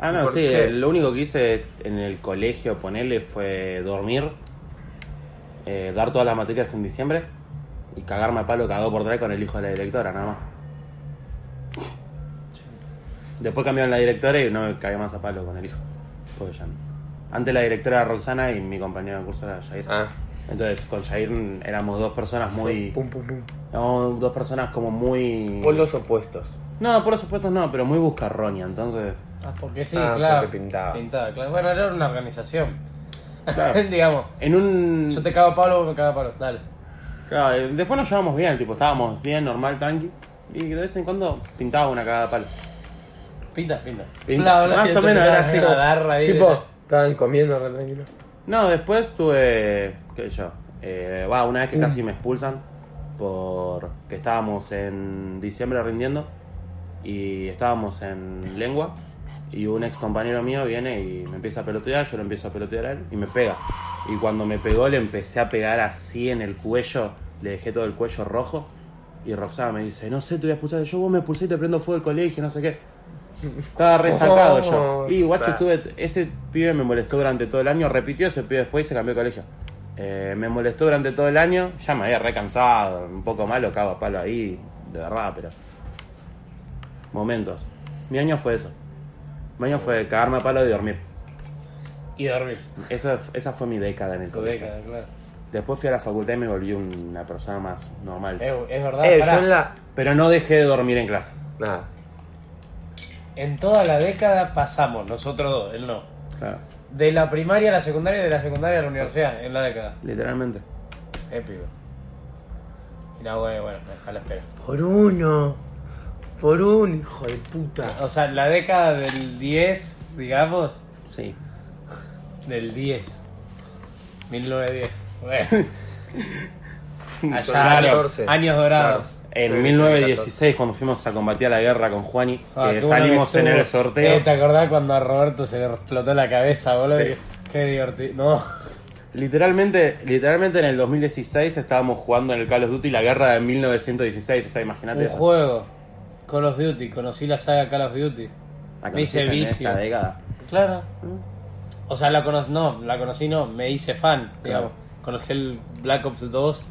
[SPEAKER 1] Ah, no,
[SPEAKER 2] ¿Por
[SPEAKER 1] sí,
[SPEAKER 2] qué?
[SPEAKER 1] eh, lo único que hice en el colegio, ponerle, fue dormir, eh, dar todas las materias en diciembre y cagarme a palo cada dos por tres con el hijo de la directora, nada más. Después cambiaron la directora y no me cagué más a palo con el hijo. Porque ya no. Antes la directora era Roxana y mi compañero de curso era Jair.
[SPEAKER 2] Ah.
[SPEAKER 1] Entonces con Jair éramos dos personas muy...
[SPEAKER 2] Pum, pum, pum.
[SPEAKER 1] Éramos dos personas como muy...
[SPEAKER 2] Polos opuestos.
[SPEAKER 1] No, por supuesto no, pero muy buscarronia, entonces.
[SPEAKER 3] Ah, porque sí,
[SPEAKER 2] Ah,
[SPEAKER 3] claro.
[SPEAKER 2] porque pintaba.
[SPEAKER 3] Pintaba, claro. Bueno, era una organización.
[SPEAKER 1] Claro.
[SPEAKER 3] Digamos.
[SPEAKER 1] En un.
[SPEAKER 3] Yo te cago a Pablo, vos me cago a Pablo. Dale.
[SPEAKER 1] Claro, eh, después nos llevamos bien, tipo, estábamos bien, normal, tranqui. Y de vez en cuando pintaba una cagada de palo.
[SPEAKER 3] Pinta, pinta.
[SPEAKER 1] Pinta.
[SPEAKER 3] La- la-
[SPEAKER 1] Más o menos
[SPEAKER 3] la-
[SPEAKER 1] era así.
[SPEAKER 3] la
[SPEAKER 1] como-
[SPEAKER 3] garra ahí de-
[SPEAKER 1] tipo,
[SPEAKER 2] Estaban comiendo re tranquilo.
[SPEAKER 1] No, después tuve. qué sé yo. eh, Va, una
[SPEAKER 3] Mm.
[SPEAKER 1] vez que casi me expulsan. Por. que estábamos en diciembre rindiendo. Y estábamos en lengua. Y un ex compañero mío viene y me empieza a pelotear. Yo lo empiezo a pelotear a él y me pega. Y cuando me pegó, le empecé a pegar así en el cuello. Le dejé todo el cuello rojo. Y Roxana me dice: No sé, te voy a expulsar. Yo vos me expulsé y te prendo fuego el colegio, no sé qué. Estaba resacado yo. Y guacho,
[SPEAKER 2] Bah.
[SPEAKER 1] estuve. Ese pibe me molestó durante todo el año. Repitió ese pibe después y se cambió de colegio. Eh, me molestó durante todo el año. Ya me había recansado. Un poco malo, cago a palo ahí. De verdad, pero. Momentos. Mi año fue eso. Mi año fue cagarme a palo y dormir.
[SPEAKER 3] Y dormir.
[SPEAKER 1] Esa, esa fue mi década en el
[SPEAKER 3] Tu
[SPEAKER 1] colegio.
[SPEAKER 3] década, claro.
[SPEAKER 1] Después fui a la facultad y me volví una persona más normal.
[SPEAKER 3] Eh, Es, verdad,
[SPEAKER 2] Eh,
[SPEAKER 3] pará.
[SPEAKER 2] yo en la.
[SPEAKER 1] Pero no dejé de dormir en clase.
[SPEAKER 2] Nada.
[SPEAKER 3] En toda la década pasamos, nosotros dos, él no.
[SPEAKER 1] Claro.
[SPEAKER 3] De la primaria a la secundaria y de la secundaria a la universidad, en la década.
[SPEAKER 1] Literalmente.
[SPEAKER 3] Épico. Y no, bueno, bueno, a la espera.
[SPEAKER 2] Por uno. Por un hijo de puta.
[SPEAKER 3] O sea, la década del 10, digamos,
[SPEAKER 1] Sí.
[SPEAKER 3] del 10. 1910. Bueno. Allá,
[SPEAKER 1] Claro.
[SPEAKER 3] años, años dorados.
[SPEAKER 1] En
[SPEAKER 2] Sí,
[SPEAKER 1] 1916, cuando fuimos a combatir a la guerra con Juani,
[SPEAKER 3] Ah,
[SPEAKER 1] que
[SPEAKER 3] qué bueno
[SPEAKER 1] salimos
[SPEAKER 3] que
[SPEAKER 1] en el
[SPEAKER 3] estuvo. Eh,
[SPEAKER 1] sorteo,
[SPEAKER 3] ¿Te acordás cuando a Roberto se le explotó la cabeza, boludo?
[SPEAKER 1] Sí.
[SPEAKER 3] Qué divertido. No.
[SPEAKER 1] literalmente, literalmente en el 2016 estábamos jugando en el Call of Duty la guerra de 1916, o sea, imagínate
[SPEAKER 3] Un
[SPEAKER 1] eso.
[SPEAKER 3] juego. Call of Duty. Conocí la saga Call of Duty.
[SPEAKER 1] La
[SPEAKER 3] me hice
[SPEAKER 1] conociste en
[SPEAKER 3] vicio.
[SPEAKER 1] esta década.
[SPEAKER 3] Claro. O sea, la conocí, no, la conocí no, me hice fan, digamos.
[SPEAKER 1] Claro.
[SPEAKER 3] Conocí el Black Ops 2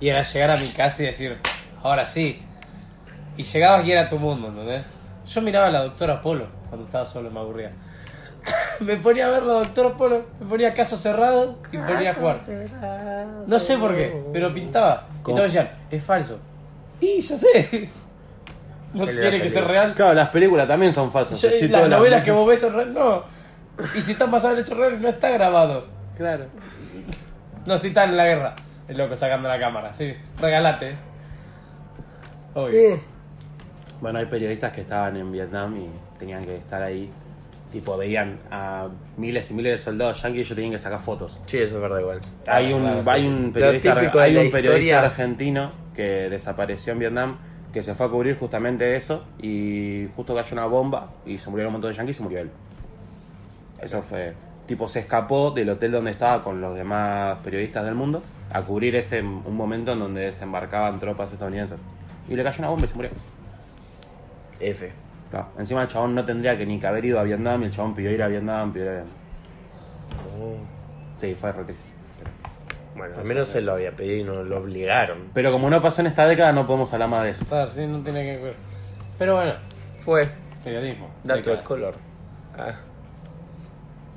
[SPEAKER 3] y era llegar a mi casa y decir, ahora sí. Y llegabas y era tu mundo, ¿entendés? Yo miraba a la doctora Polo cuando estaba solo, me aburría. me ponía a ver la doctora Polo, me ponía caso cerrado y me ponía a jugar. No sé por qué, pero pintaba.
[SPEAKER 1] ¿Cómo?
[SPEAKER 3] Y todos decían, es falso. Y ya sé. No
[SPEAKER 2] Él era
[SPEAKER 3] tiene que ser
[SPEAKER 2] feliz.
[SPEAKER 3] real.
[SPEAKER 1] Claro, las películas también son falsas.
[SPEAKER 3] Yo-
[SPEAKER 1] así
[SPEAKER 3] las
[SPEAKER 1] todas las-
[SPEAKER 3] novelas que vos ves son reales, no. Y si están basadas en hechos reales, no está grabado.
[SPEAKER 1] Claro.
[SPEAKER 3] No, si están en la guerra. El loco sacando la cámara, sí. Regalate. Obvio.
[SPEAKER 2] Eh.
[SPEAKER 1] Bueno, hay periodistas que estaban en Vietnam y tenían que estar ahí. Tipo, veían a miles y miles de soldados yanquis y ellos tenían que sacar fotos.
[SPEAKER 2] Sí, eso es verdad igual.
[SPEAKER 1] Hay un,
[SPEAKER 3] claro,
[SPEAKER 1] hay
[SPEAKER 3] sí.
[SPEAKER 1] un periodista,
[SPEAKER 2] típico de
[SPEAKER 1] hay
[SPEAKER 2] la
[SPEAKER 1] un periodista
[SPEAKER 2] historia.
[SPEAKER 1] argentino que desapareció en Vietnam que se fue a cubrir justamente eso y justo cayó una bomba y se murieron un montón de yanquis y se murió él. Eso fue. Tipo, se escapó del hotel donde estaba con los demás periodistas del mundo a cubrir ese un momento en donde desembarcaban tropas estadounidenses. Y le cayó una bomba y se murió.
[SPEAKER 2] F.
[SPEAKER 1] Claro. Encima el chabón no tendría que ni que haber ido a Vietnam y el chabón pidió ir a Vietnam, pidió ir a Vietnam.
[SPEAKER 3] Oh.
[SPEAKER 1] Sí, fue rotísimo.
[SPEAKER 2] Bueno, al menos se lo había pedido y no lo obligaron.
[SPEAKER 1] Pero como no pasó en esta década, no podemos hablar más de eso.
[SPEAKER 3] Claro, sí, no tiene que ver. Pero bueno,
[SPEAKER 2] Fue.
[SPEAKER 3] periodismo.
[SPEAKER 2] Dato de
[SPEAKER 3] décadas.
[SPEAKER 2] color. Ah.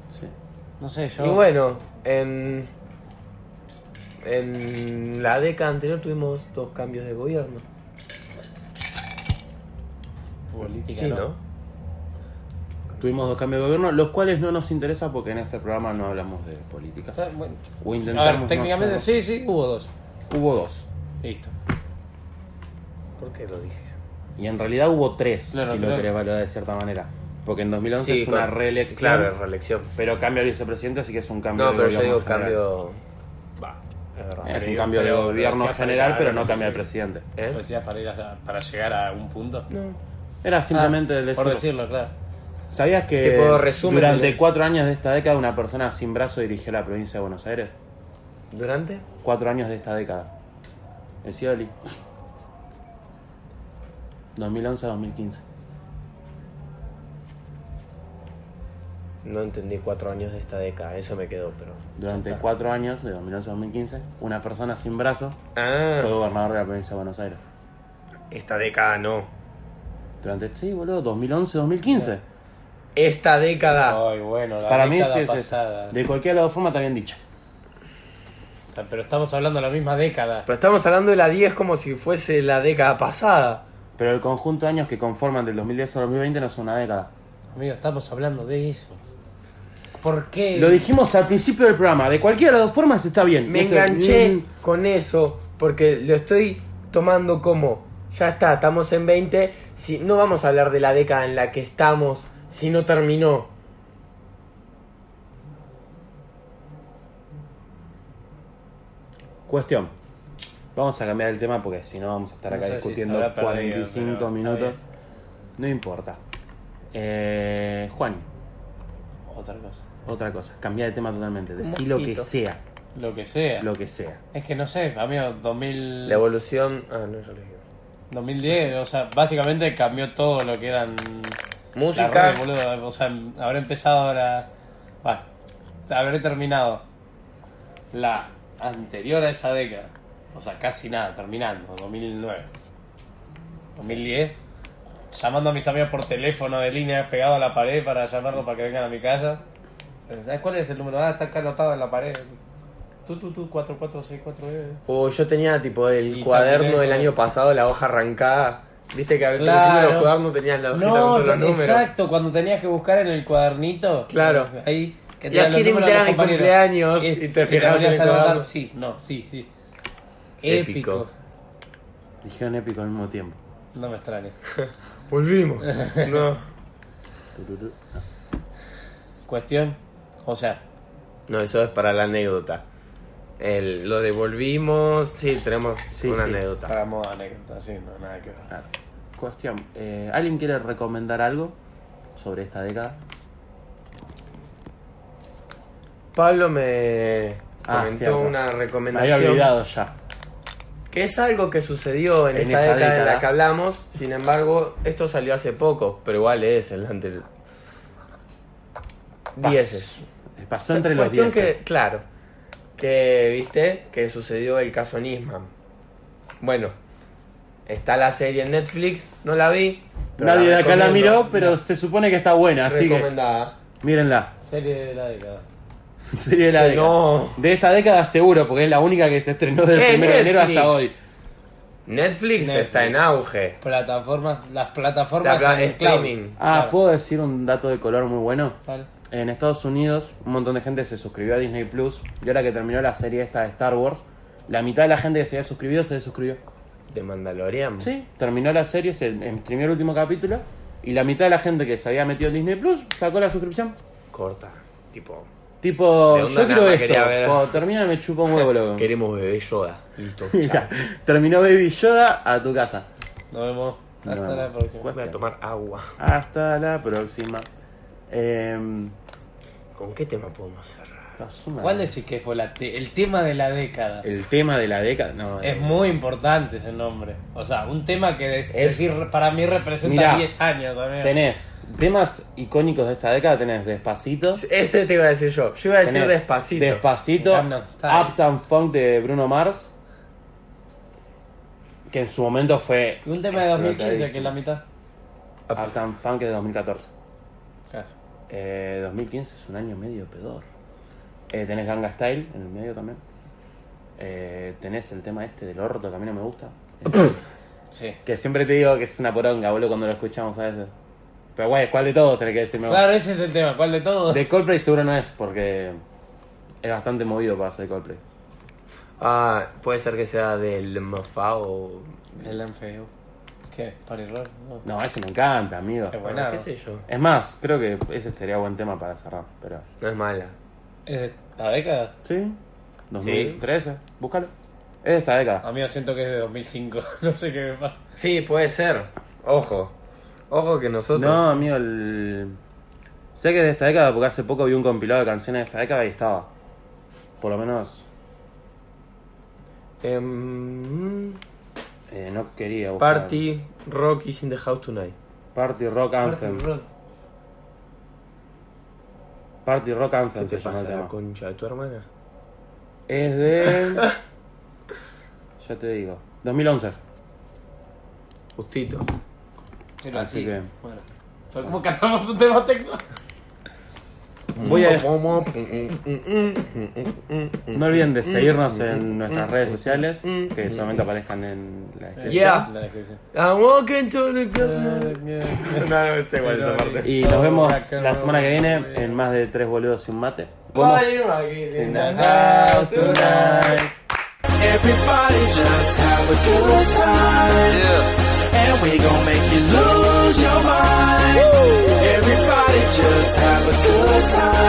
[SPEAKER 1] Sí.
[SPEAKER 3] No sé, yo.
[SPEAKER 2] Y bueno, en. En la década anterior tuvimos dos cambios de gobierno.
[SPEAKER 3] Política,
[SPEAKER 2] Sí,
[SPEAKER 3] ¿no?
[SPEAKER 2] ¿no?
[SPEAKER 1] Tuvimos dos cambios de gobierno, los cuales no nos interesa porque en este programa no hablamos de política.
[SPEAKER 3] Está- bueno,
[SPEAKER 1] O
[SPEAKER 3] A
[SPEAKER 1] intentamos.
[SPEAKER 3] ver,
[SPEAKER 1] no
[SPEAKER 3] técnicamente
[SPEAKER 1] hacerlo.
[SPEAKER 3] sí, sí, hubo dos.
[SPEAKER 1] Hubo dos.
[SPEAKER 3] Listo.
[SPEAKER 2] ¿Por qué lo dije?
[SPEAKER 1] Y en realidad hubo tres,
[SPEAKER 3] Claro,
[SPEAKER 1] si lo
[SPEAKER 3] claro.
[SPEAKER 1] querés valorar de cierta manera. Porque en 2011 es
[SPEAKER 2] con-
[SPEAKER 1] una reelección.
[SPEAKER 2] Claro, es reelección.
[SPEAKER 1] Pero cambia el vicepresidente, así que es un cambio
[SPEAKER 2] No,
[SPEAKER 1] de
[SPEAKER 2] pero yo
[SPEAKER 1] gobierno
[SPEAKER 2] digo
[SPEAKER 1] general.
[SPEAKER 2] cambio. Va, es verdad.
[SPEAKER 1] Es un
[SPEAKER 3] Pero
[SPEAKER 1] cambio de
[SPEAKER 3] yo-
[SPEAKER 1] gobierno
[SPEAKER 3] pero hacía
[SPEAKER 1] general,
[SPEAKER 3] para-
[SPEAKER 1] pero no cambia el presidente.
[SPEAKER 3] ¿Lo
[SPEAKER 2] ¿Eh?
[SPEAKER 3] decías para, ir a- para llegar a un punto?
[SPEAKER 2] No.
[SPEAKER 1] Era simplemente
[SPEAKER 3] Ah,
[SPEAKER 1] el
[SPEAKER 3] Por
[SPEAKER 1] decirlo.
[SPEAKER 3] decirlo, claro.
[SPEAKER 1] ¿Sabías que
[SPEAKER 2] Tipo, resumen
[SPEAKER 1] durante
[SPEAKER 2] del-
[SPEAKER 1] cuatro años de esta década una persona sin brazo dirigió la provincia de Buenos Aires?
[SPEAKER 2] ¿Durante?
[SPEAKER 1] Cuatro años de esta década. El Scioli. 2011 a 2015.
[SPEAKER 2] No entendí cuatro años de esta década, eso me quedó, pero.
[SPEAKER 1] Durante cuatro años, de 2011 a 2015, una persona sin brazo
[SPEAKER 2] Ah,
[SPEAKER 1] fue gobernador de la provincia de Buenos Aires.
[SPEAKER 2] esta década no.
[SPEAKER 1] Durante, sí, boludo, 2011, 2015.
[SPEAKER 2] Esta década.
[SPEAKER 3] Ay, bueno, la
[SPEAKER 1] Para mí
[SPEAKER 3] década
[SPEAKER 1] sí es- es.
[SPEAKER 3] pasada.
[SPEAKER 1] De cualquier lado de forma está bien dicha.
[SPEAKER 3] Ta- Pero estamos hablando de la misma década.
[SPEAKER 2] Pero estamos hablando de la 10 como si fuese la década pasada.
[SPEAKER 1] Pero el conjunto de años que conforman del 2010 al 2020 no es una década.
[SPEAKER 3] Amigo, estamos hablando de eso. ¿Por qué?
[SPEAKER 1] Lo dijimos al principio del programa, de cualquiera de las dos formas está bien.
[SPEAKER 2] Me
[SPEAKER 1] Esto-
[SPEAKER 2] enganché
[SPEAKER 1] Mm.
[SPEAKER 2] con eso porque lo estoy tomando como ya está, estamos en 20. Si, no vamos a hablar de la década en la que estamos si no terminó.
[SPEAKER 1] Cuestión. Vamos a cambiar el tema porque si no vamos a estar
[SPEAKER 3] No
[SPEAKER 1] acá
[SPEAKER 3] sé si se
[SPEAKER 1] discutiendo
[SPEAKER 3] habrá perdido,
[SPEAKER 1] 45
[SPEAKER 3] pero está
[SPEAKER 1] minutos.
[SPEAKER 3] bien.
[SPEAKER 1] No importa. Eh, Juan,
[SPEAKER 3] Otra cosa.
[SPEAKER 1] otra cosa. Cambia de tema totalmente. Decí lo que
[SPEAKER 2] mosquito.
[SPEAKER 1] sea.
[SPEAKER 3] Lo que sea.
[SPEAKER 1] Lo que sea.
[SPEAKER 3] Es que no sé, amigo, 2000...
[SPEAKER 2] La evolución. Ah, no, ya lo dije.
[SPEAKER 3] 2010, o sea, básicamente cambió todo lo que eran...
[SPEAKER 2] Música.
[SPEAKER 3] las redes, boludo. O sea, habré empezado ahora... Bueno, habré terminado la anterior a esa década. O sea, casi nada, terminando, 2009. 2010, llamando a mis amigos por teléfono de línea pegado a la pared para llamarlos para que vengan a mi casa. ¿Sabes cuál es el número? Ah, está acá anotado en la pared. Tú, tú, tú, 44649.
[SPEAKER 2] O yo tenía tipo el
[SPEAKER 3] Y
[SPEAKER 2] cuaderno
[SPEAKER 3] también,
[SPEAKER 2] del
[SPEAKER 3] ¿no?
[SPEAKER 2] año pasado, la hoja arrancada. Viste que al
[SPEAKER 3] Claro.
[SPEAKER 2] principio de los cuadernos tenías la hoja
[SPEAKER 3] No,
[SPEAKER 2] con todos los números.
[SPEAKER 3] exacto, cuando tenías que buscar en el cuadernito.
[SPEAKER 2] Claro.
[SPEAKER 3] Ahí. Que
[SPEAKER 2] Ya
[SPEAKER 3] tenían los
[SPEAKER 2] quiero
[SPEAKER 3] números de
[SPEAKER 2] invitar a
[SPEAKER 3] los
[SPEAKER 2] mi
[SPEAKER 3] compañeros.
[SPEAKER 2] cumpleaños, y te fijabas en
[SPEAKER 3] ponías
[SPEAKER 2] el
[SPEAKER 3] a anotar,
[SPEAKER 2] cuaderno.
[SPEAKER 3] Sí, no, sí, sí.
[SPEAKER 2] Épico.
[SPEAKER 3] Épico.
[SPEAKER 1] Dijeron épico al mismo tiempo.
[SPEAKER 3] No me extraña.
[SPEAKER 2] Volvimos. No.
[SPEAKER 1] Tururú.
[SPEAKER 3] Cuestión. O sea,
[SPEAKER 2] No, eso es para la anécdota. El- lo devolvimos. Sí, tenemos
[SPEAKER 1] Sí,
[SPEAKER 2] una
[SPEAKER 1] sí.
[SPEAKER 2] anécdota.
[SPEAKER 3] para moda anécdota, sí, no, nada que ver.
[SPEAKER 1] Ah, Cuestión. eh, ¿Alguien quiere recomendar algo sobre esta década?
[SPEAKER 2] Pablo me
[SPEAKER 1] Ah,
[SPEAKER 2] comentó
[SPEAKER 1] cierto.
[SPEAKER 2] una
[SPEAKER 1] Me había
[SPEAKER 2] recomendación.
[SPEAKER 1] olvidado ya.
[SPEAKER 2] Que es algo que sucedió en,
[SPEAKER 1] En
[SPEAKER 2] esta,
[SPEAKER 1] esta
[SPEAKER 2] década, en
[SPEAKER 1] década.
[SPEAKER 2] la que hablamos. Sin embargo, esto salió hace poco, pero igual es el anterior.
[SPEAKER 1] Pas- Eh,
[SPEAKER 2] Dieces.
[SPEAKER 1] Pasó entre los
[SPEAKER 2] Cuestión
[SPEAKER 1] dieces.
[SPEAKER 2] que, claro, que viste que sucedió el caso Nisman. Bueno, está la serie en Netflix, no la vi. pero
[SPEAKER 1] Nadie de acá la
[SPEAKER 2] recomiendo.
[SPEAKER 1] miró, pero se supone que está buena, así que
[SPEAKER 2] Recomendada.
[SPEAKER 1] mírenla.
[SPEAKER 3] Serie de la década.
[SPEAKER 1] Serie de la
[SPEAKER 2] Sí,
[SPEAKER 1] década.
[SPEAKER 2] no.
[SPEAKER 1] De esta década seguro, porque es la única que se estrenó del 1
[SPEAKER 2] Eh,
[SPEAKER 1] de enero
[SPEAKER 2] Netflix.
[SPEAKER 1] hasta hoy.
[SPEAKER 2] Netflix,
[SPEAKER 3] Netflix.
[SPEAKER 2] está en auge.
[SPEAKER 3] Plataformas, las
[SPEAKER 2] La
[SPEAKER 3] plataformas
[SPEAKER 2] pla-
[SPEAKER 3] en el cloud.
[SPEAKER 2] streaming.
[SPEAKER 1] Ah,
[SPEAKER 3] Claro.
[SPEAKER 1] ¿puedo decir un dato de color muy bueno?
[SPEAKER 3] Tal.
[SPEAKER 1] En Estados Unidos, un montón de gente se suscribió a Disney Plus. Y ahora que terminó la serie esta de Star Wars, la mitad de la gente que se había suscribido se desuscribió.
[SPEAKER 2] De Mandalorian.
[SPEAKER 1] Sí, terminó la serie, se streamió el último capítulo. Y la mitad de la gente que se había metido en Disney Plus sacó la suscripción.
[SPEAKER 2] Corta. Tipo,
[SPEAKER 1] Tipo,
[SPEAKER 2] De onda,
[SPEAKER 1] yo quiero
[SPEAKER 2] nada más
[SPEAKER 1] esto.
[SPEAKER 2] quería ver.
[SPEAKER 1] Cuando termina me chupa un huevo, loco.
[SPEAKER 2] queremos bebé Yoda. Listo.
[SPEAKER 1] Mira, terminó Baby Yoda a tu casa.
[SPEAKER 3] Nos vemos. Hasta
[SPEAKER 1] Nos
[SPEAKER 3] la
[SPEAKER 1] vemos.
[SPEAKER 3] próxima.
[SPEAKER 1] Cuesta.
[SPEAKER 2] Voy a tomar agua.
[SPEAKER 1] Hasta la próxima. Eh,
[SPEAKER 2] ¿Con qué tema podemos cerrar?
[SPEAKER 3] ¿Cuál decís que fue la te- el tema de la década?
[SPEAKER 1] El tema de la década. No,
[SPEAKER 3] Es
[SPEAKER 1] eh,
[SPEAKER 3] muy importante ese nombre. O sea, un tema que de- decir para mí representa
[SPEAKER 1] Mirá,
[SPEAKER 3] 10 años también.
[SPEAKER 1] Tenés temas icónicos de esta década, tenés Despacito.
[SPEAKER 2] Ese te iba a decir yo. Yo iba a decir
[SPEAKER 1] tenés
[SPEAKER 2] despacito.
[SPEAKER 1] Despacito,
[SPEAKER 3] Gangnam Style.
[SPEAKER 1] Uptown Funk de Bruno Mars. Que en su momento fue
[SPEAKER 3] Y un tema de 2015 que es la mitad.
[SPEAKER 1] Uptown Funk de 2014.
[SPEAKER 3] Casi.
[SPEAKER 1] Eh, 2015 es un año medio pedor. Eh, tenés Ganga Style en el medio también. Eh, tenés el tema este del orto que a mí no me gusta. Eh,
[SPEAKER 3] Sí.
[SPEAKER 1] que siempre te digo que es una poronga, boludo, cuando lo escuchamos a veces. Pero guay, ¿cuál de todos tenés que decirme? vos?
[SPEAKER 3] Claro, ese es el tema. ¿Cuál de todos?
[SPEAKER 1] De Coldplay seguro no es, porque es bastante movido para ser Coldplay.
[SPEAKER 2] Ah, puede ser que sea del Mafá o.
[SPEAKER 3] El enfeo. ¿Qué? ¿Para error? No.
[SPEAKER 1] No, ese me encanta, amigo.
[SPEAKER 3] Qué bueno.
[SPEAKER 2] ¿Qué sé yo?
[SPEAKER 1] Es más, creo que ese sería buen tema para cerrar, pero...
[SPEAKER 2] No es mala.
[SPEAKER 3] ¿Es de la década?
[SPEAKER 1] ¿Sí? 2013, búscalo. Es de esta década.
[SPEAKER 3] Amigo, siento que es de 2005. no sé qué me pasa.
[SPEAKER 2] Sí, puede ser. Ojo. Ojo que nosotros.
[SPEAKER 1] No, amigo, el... Sé que es de esta década porque hace poco vi un compilado de canciones de esta década y estaba. Por lo menos
[SPEAKER 2] Em,
[SPEAKER 1] eh, no quería buscar.
[SPEAKER 2] party Rock is in the house tonight.
[SPEAKER 1] Party Rock Anthem. Party Rock,
[SPEAKER 3] Rock.
[SPEAKER 1] Anthem
[SPEAKER 2] ¿Qué te
[SPEAKER 1] se llama el
[SPEAKER 2] pasa la
[SPEAKER 1] tema.
[SPEAKER 2] concha de tu hermana?
[SPEAKER 1] Es de... ya te digo. 2011.
[SPEAKER 2] Justito.
[SPEAKER 3] Pero
[SPEAKER 1] Así
[SPEAKER 3] sí.
[SPEAKER 1] que-
[SPEAKER 3] Bueno. Fue como cantamos un tema tecno.
[SPEAKER 2] Mm,
[SPEAKER 1] Voy a... No olviden de seguirnos en nuestras redes sociales, que solamente aparezcan en la descripción.
[SPEAKER 2] Yeah.
[SPEAKER 3] La descripción.
[SPEAKER 2] I'm walking to the club.
[SPEAKER 3] Nos
[SPEAKER 2] No, no es igual esa parte.
[SPEAKER 1] Y nos vemos la semana que viene en más de tres boludos sin mate. Vamos.
[SPEAKER 2] Party rock is in the house
[SPEAKER 1] house
[SPEAKER 2] tonight.
[SPEAKER 1] tonight.
[SPEAKER 4] Everybody just have a good time. And we gon' make you lose your mind. Everybody just have a good time.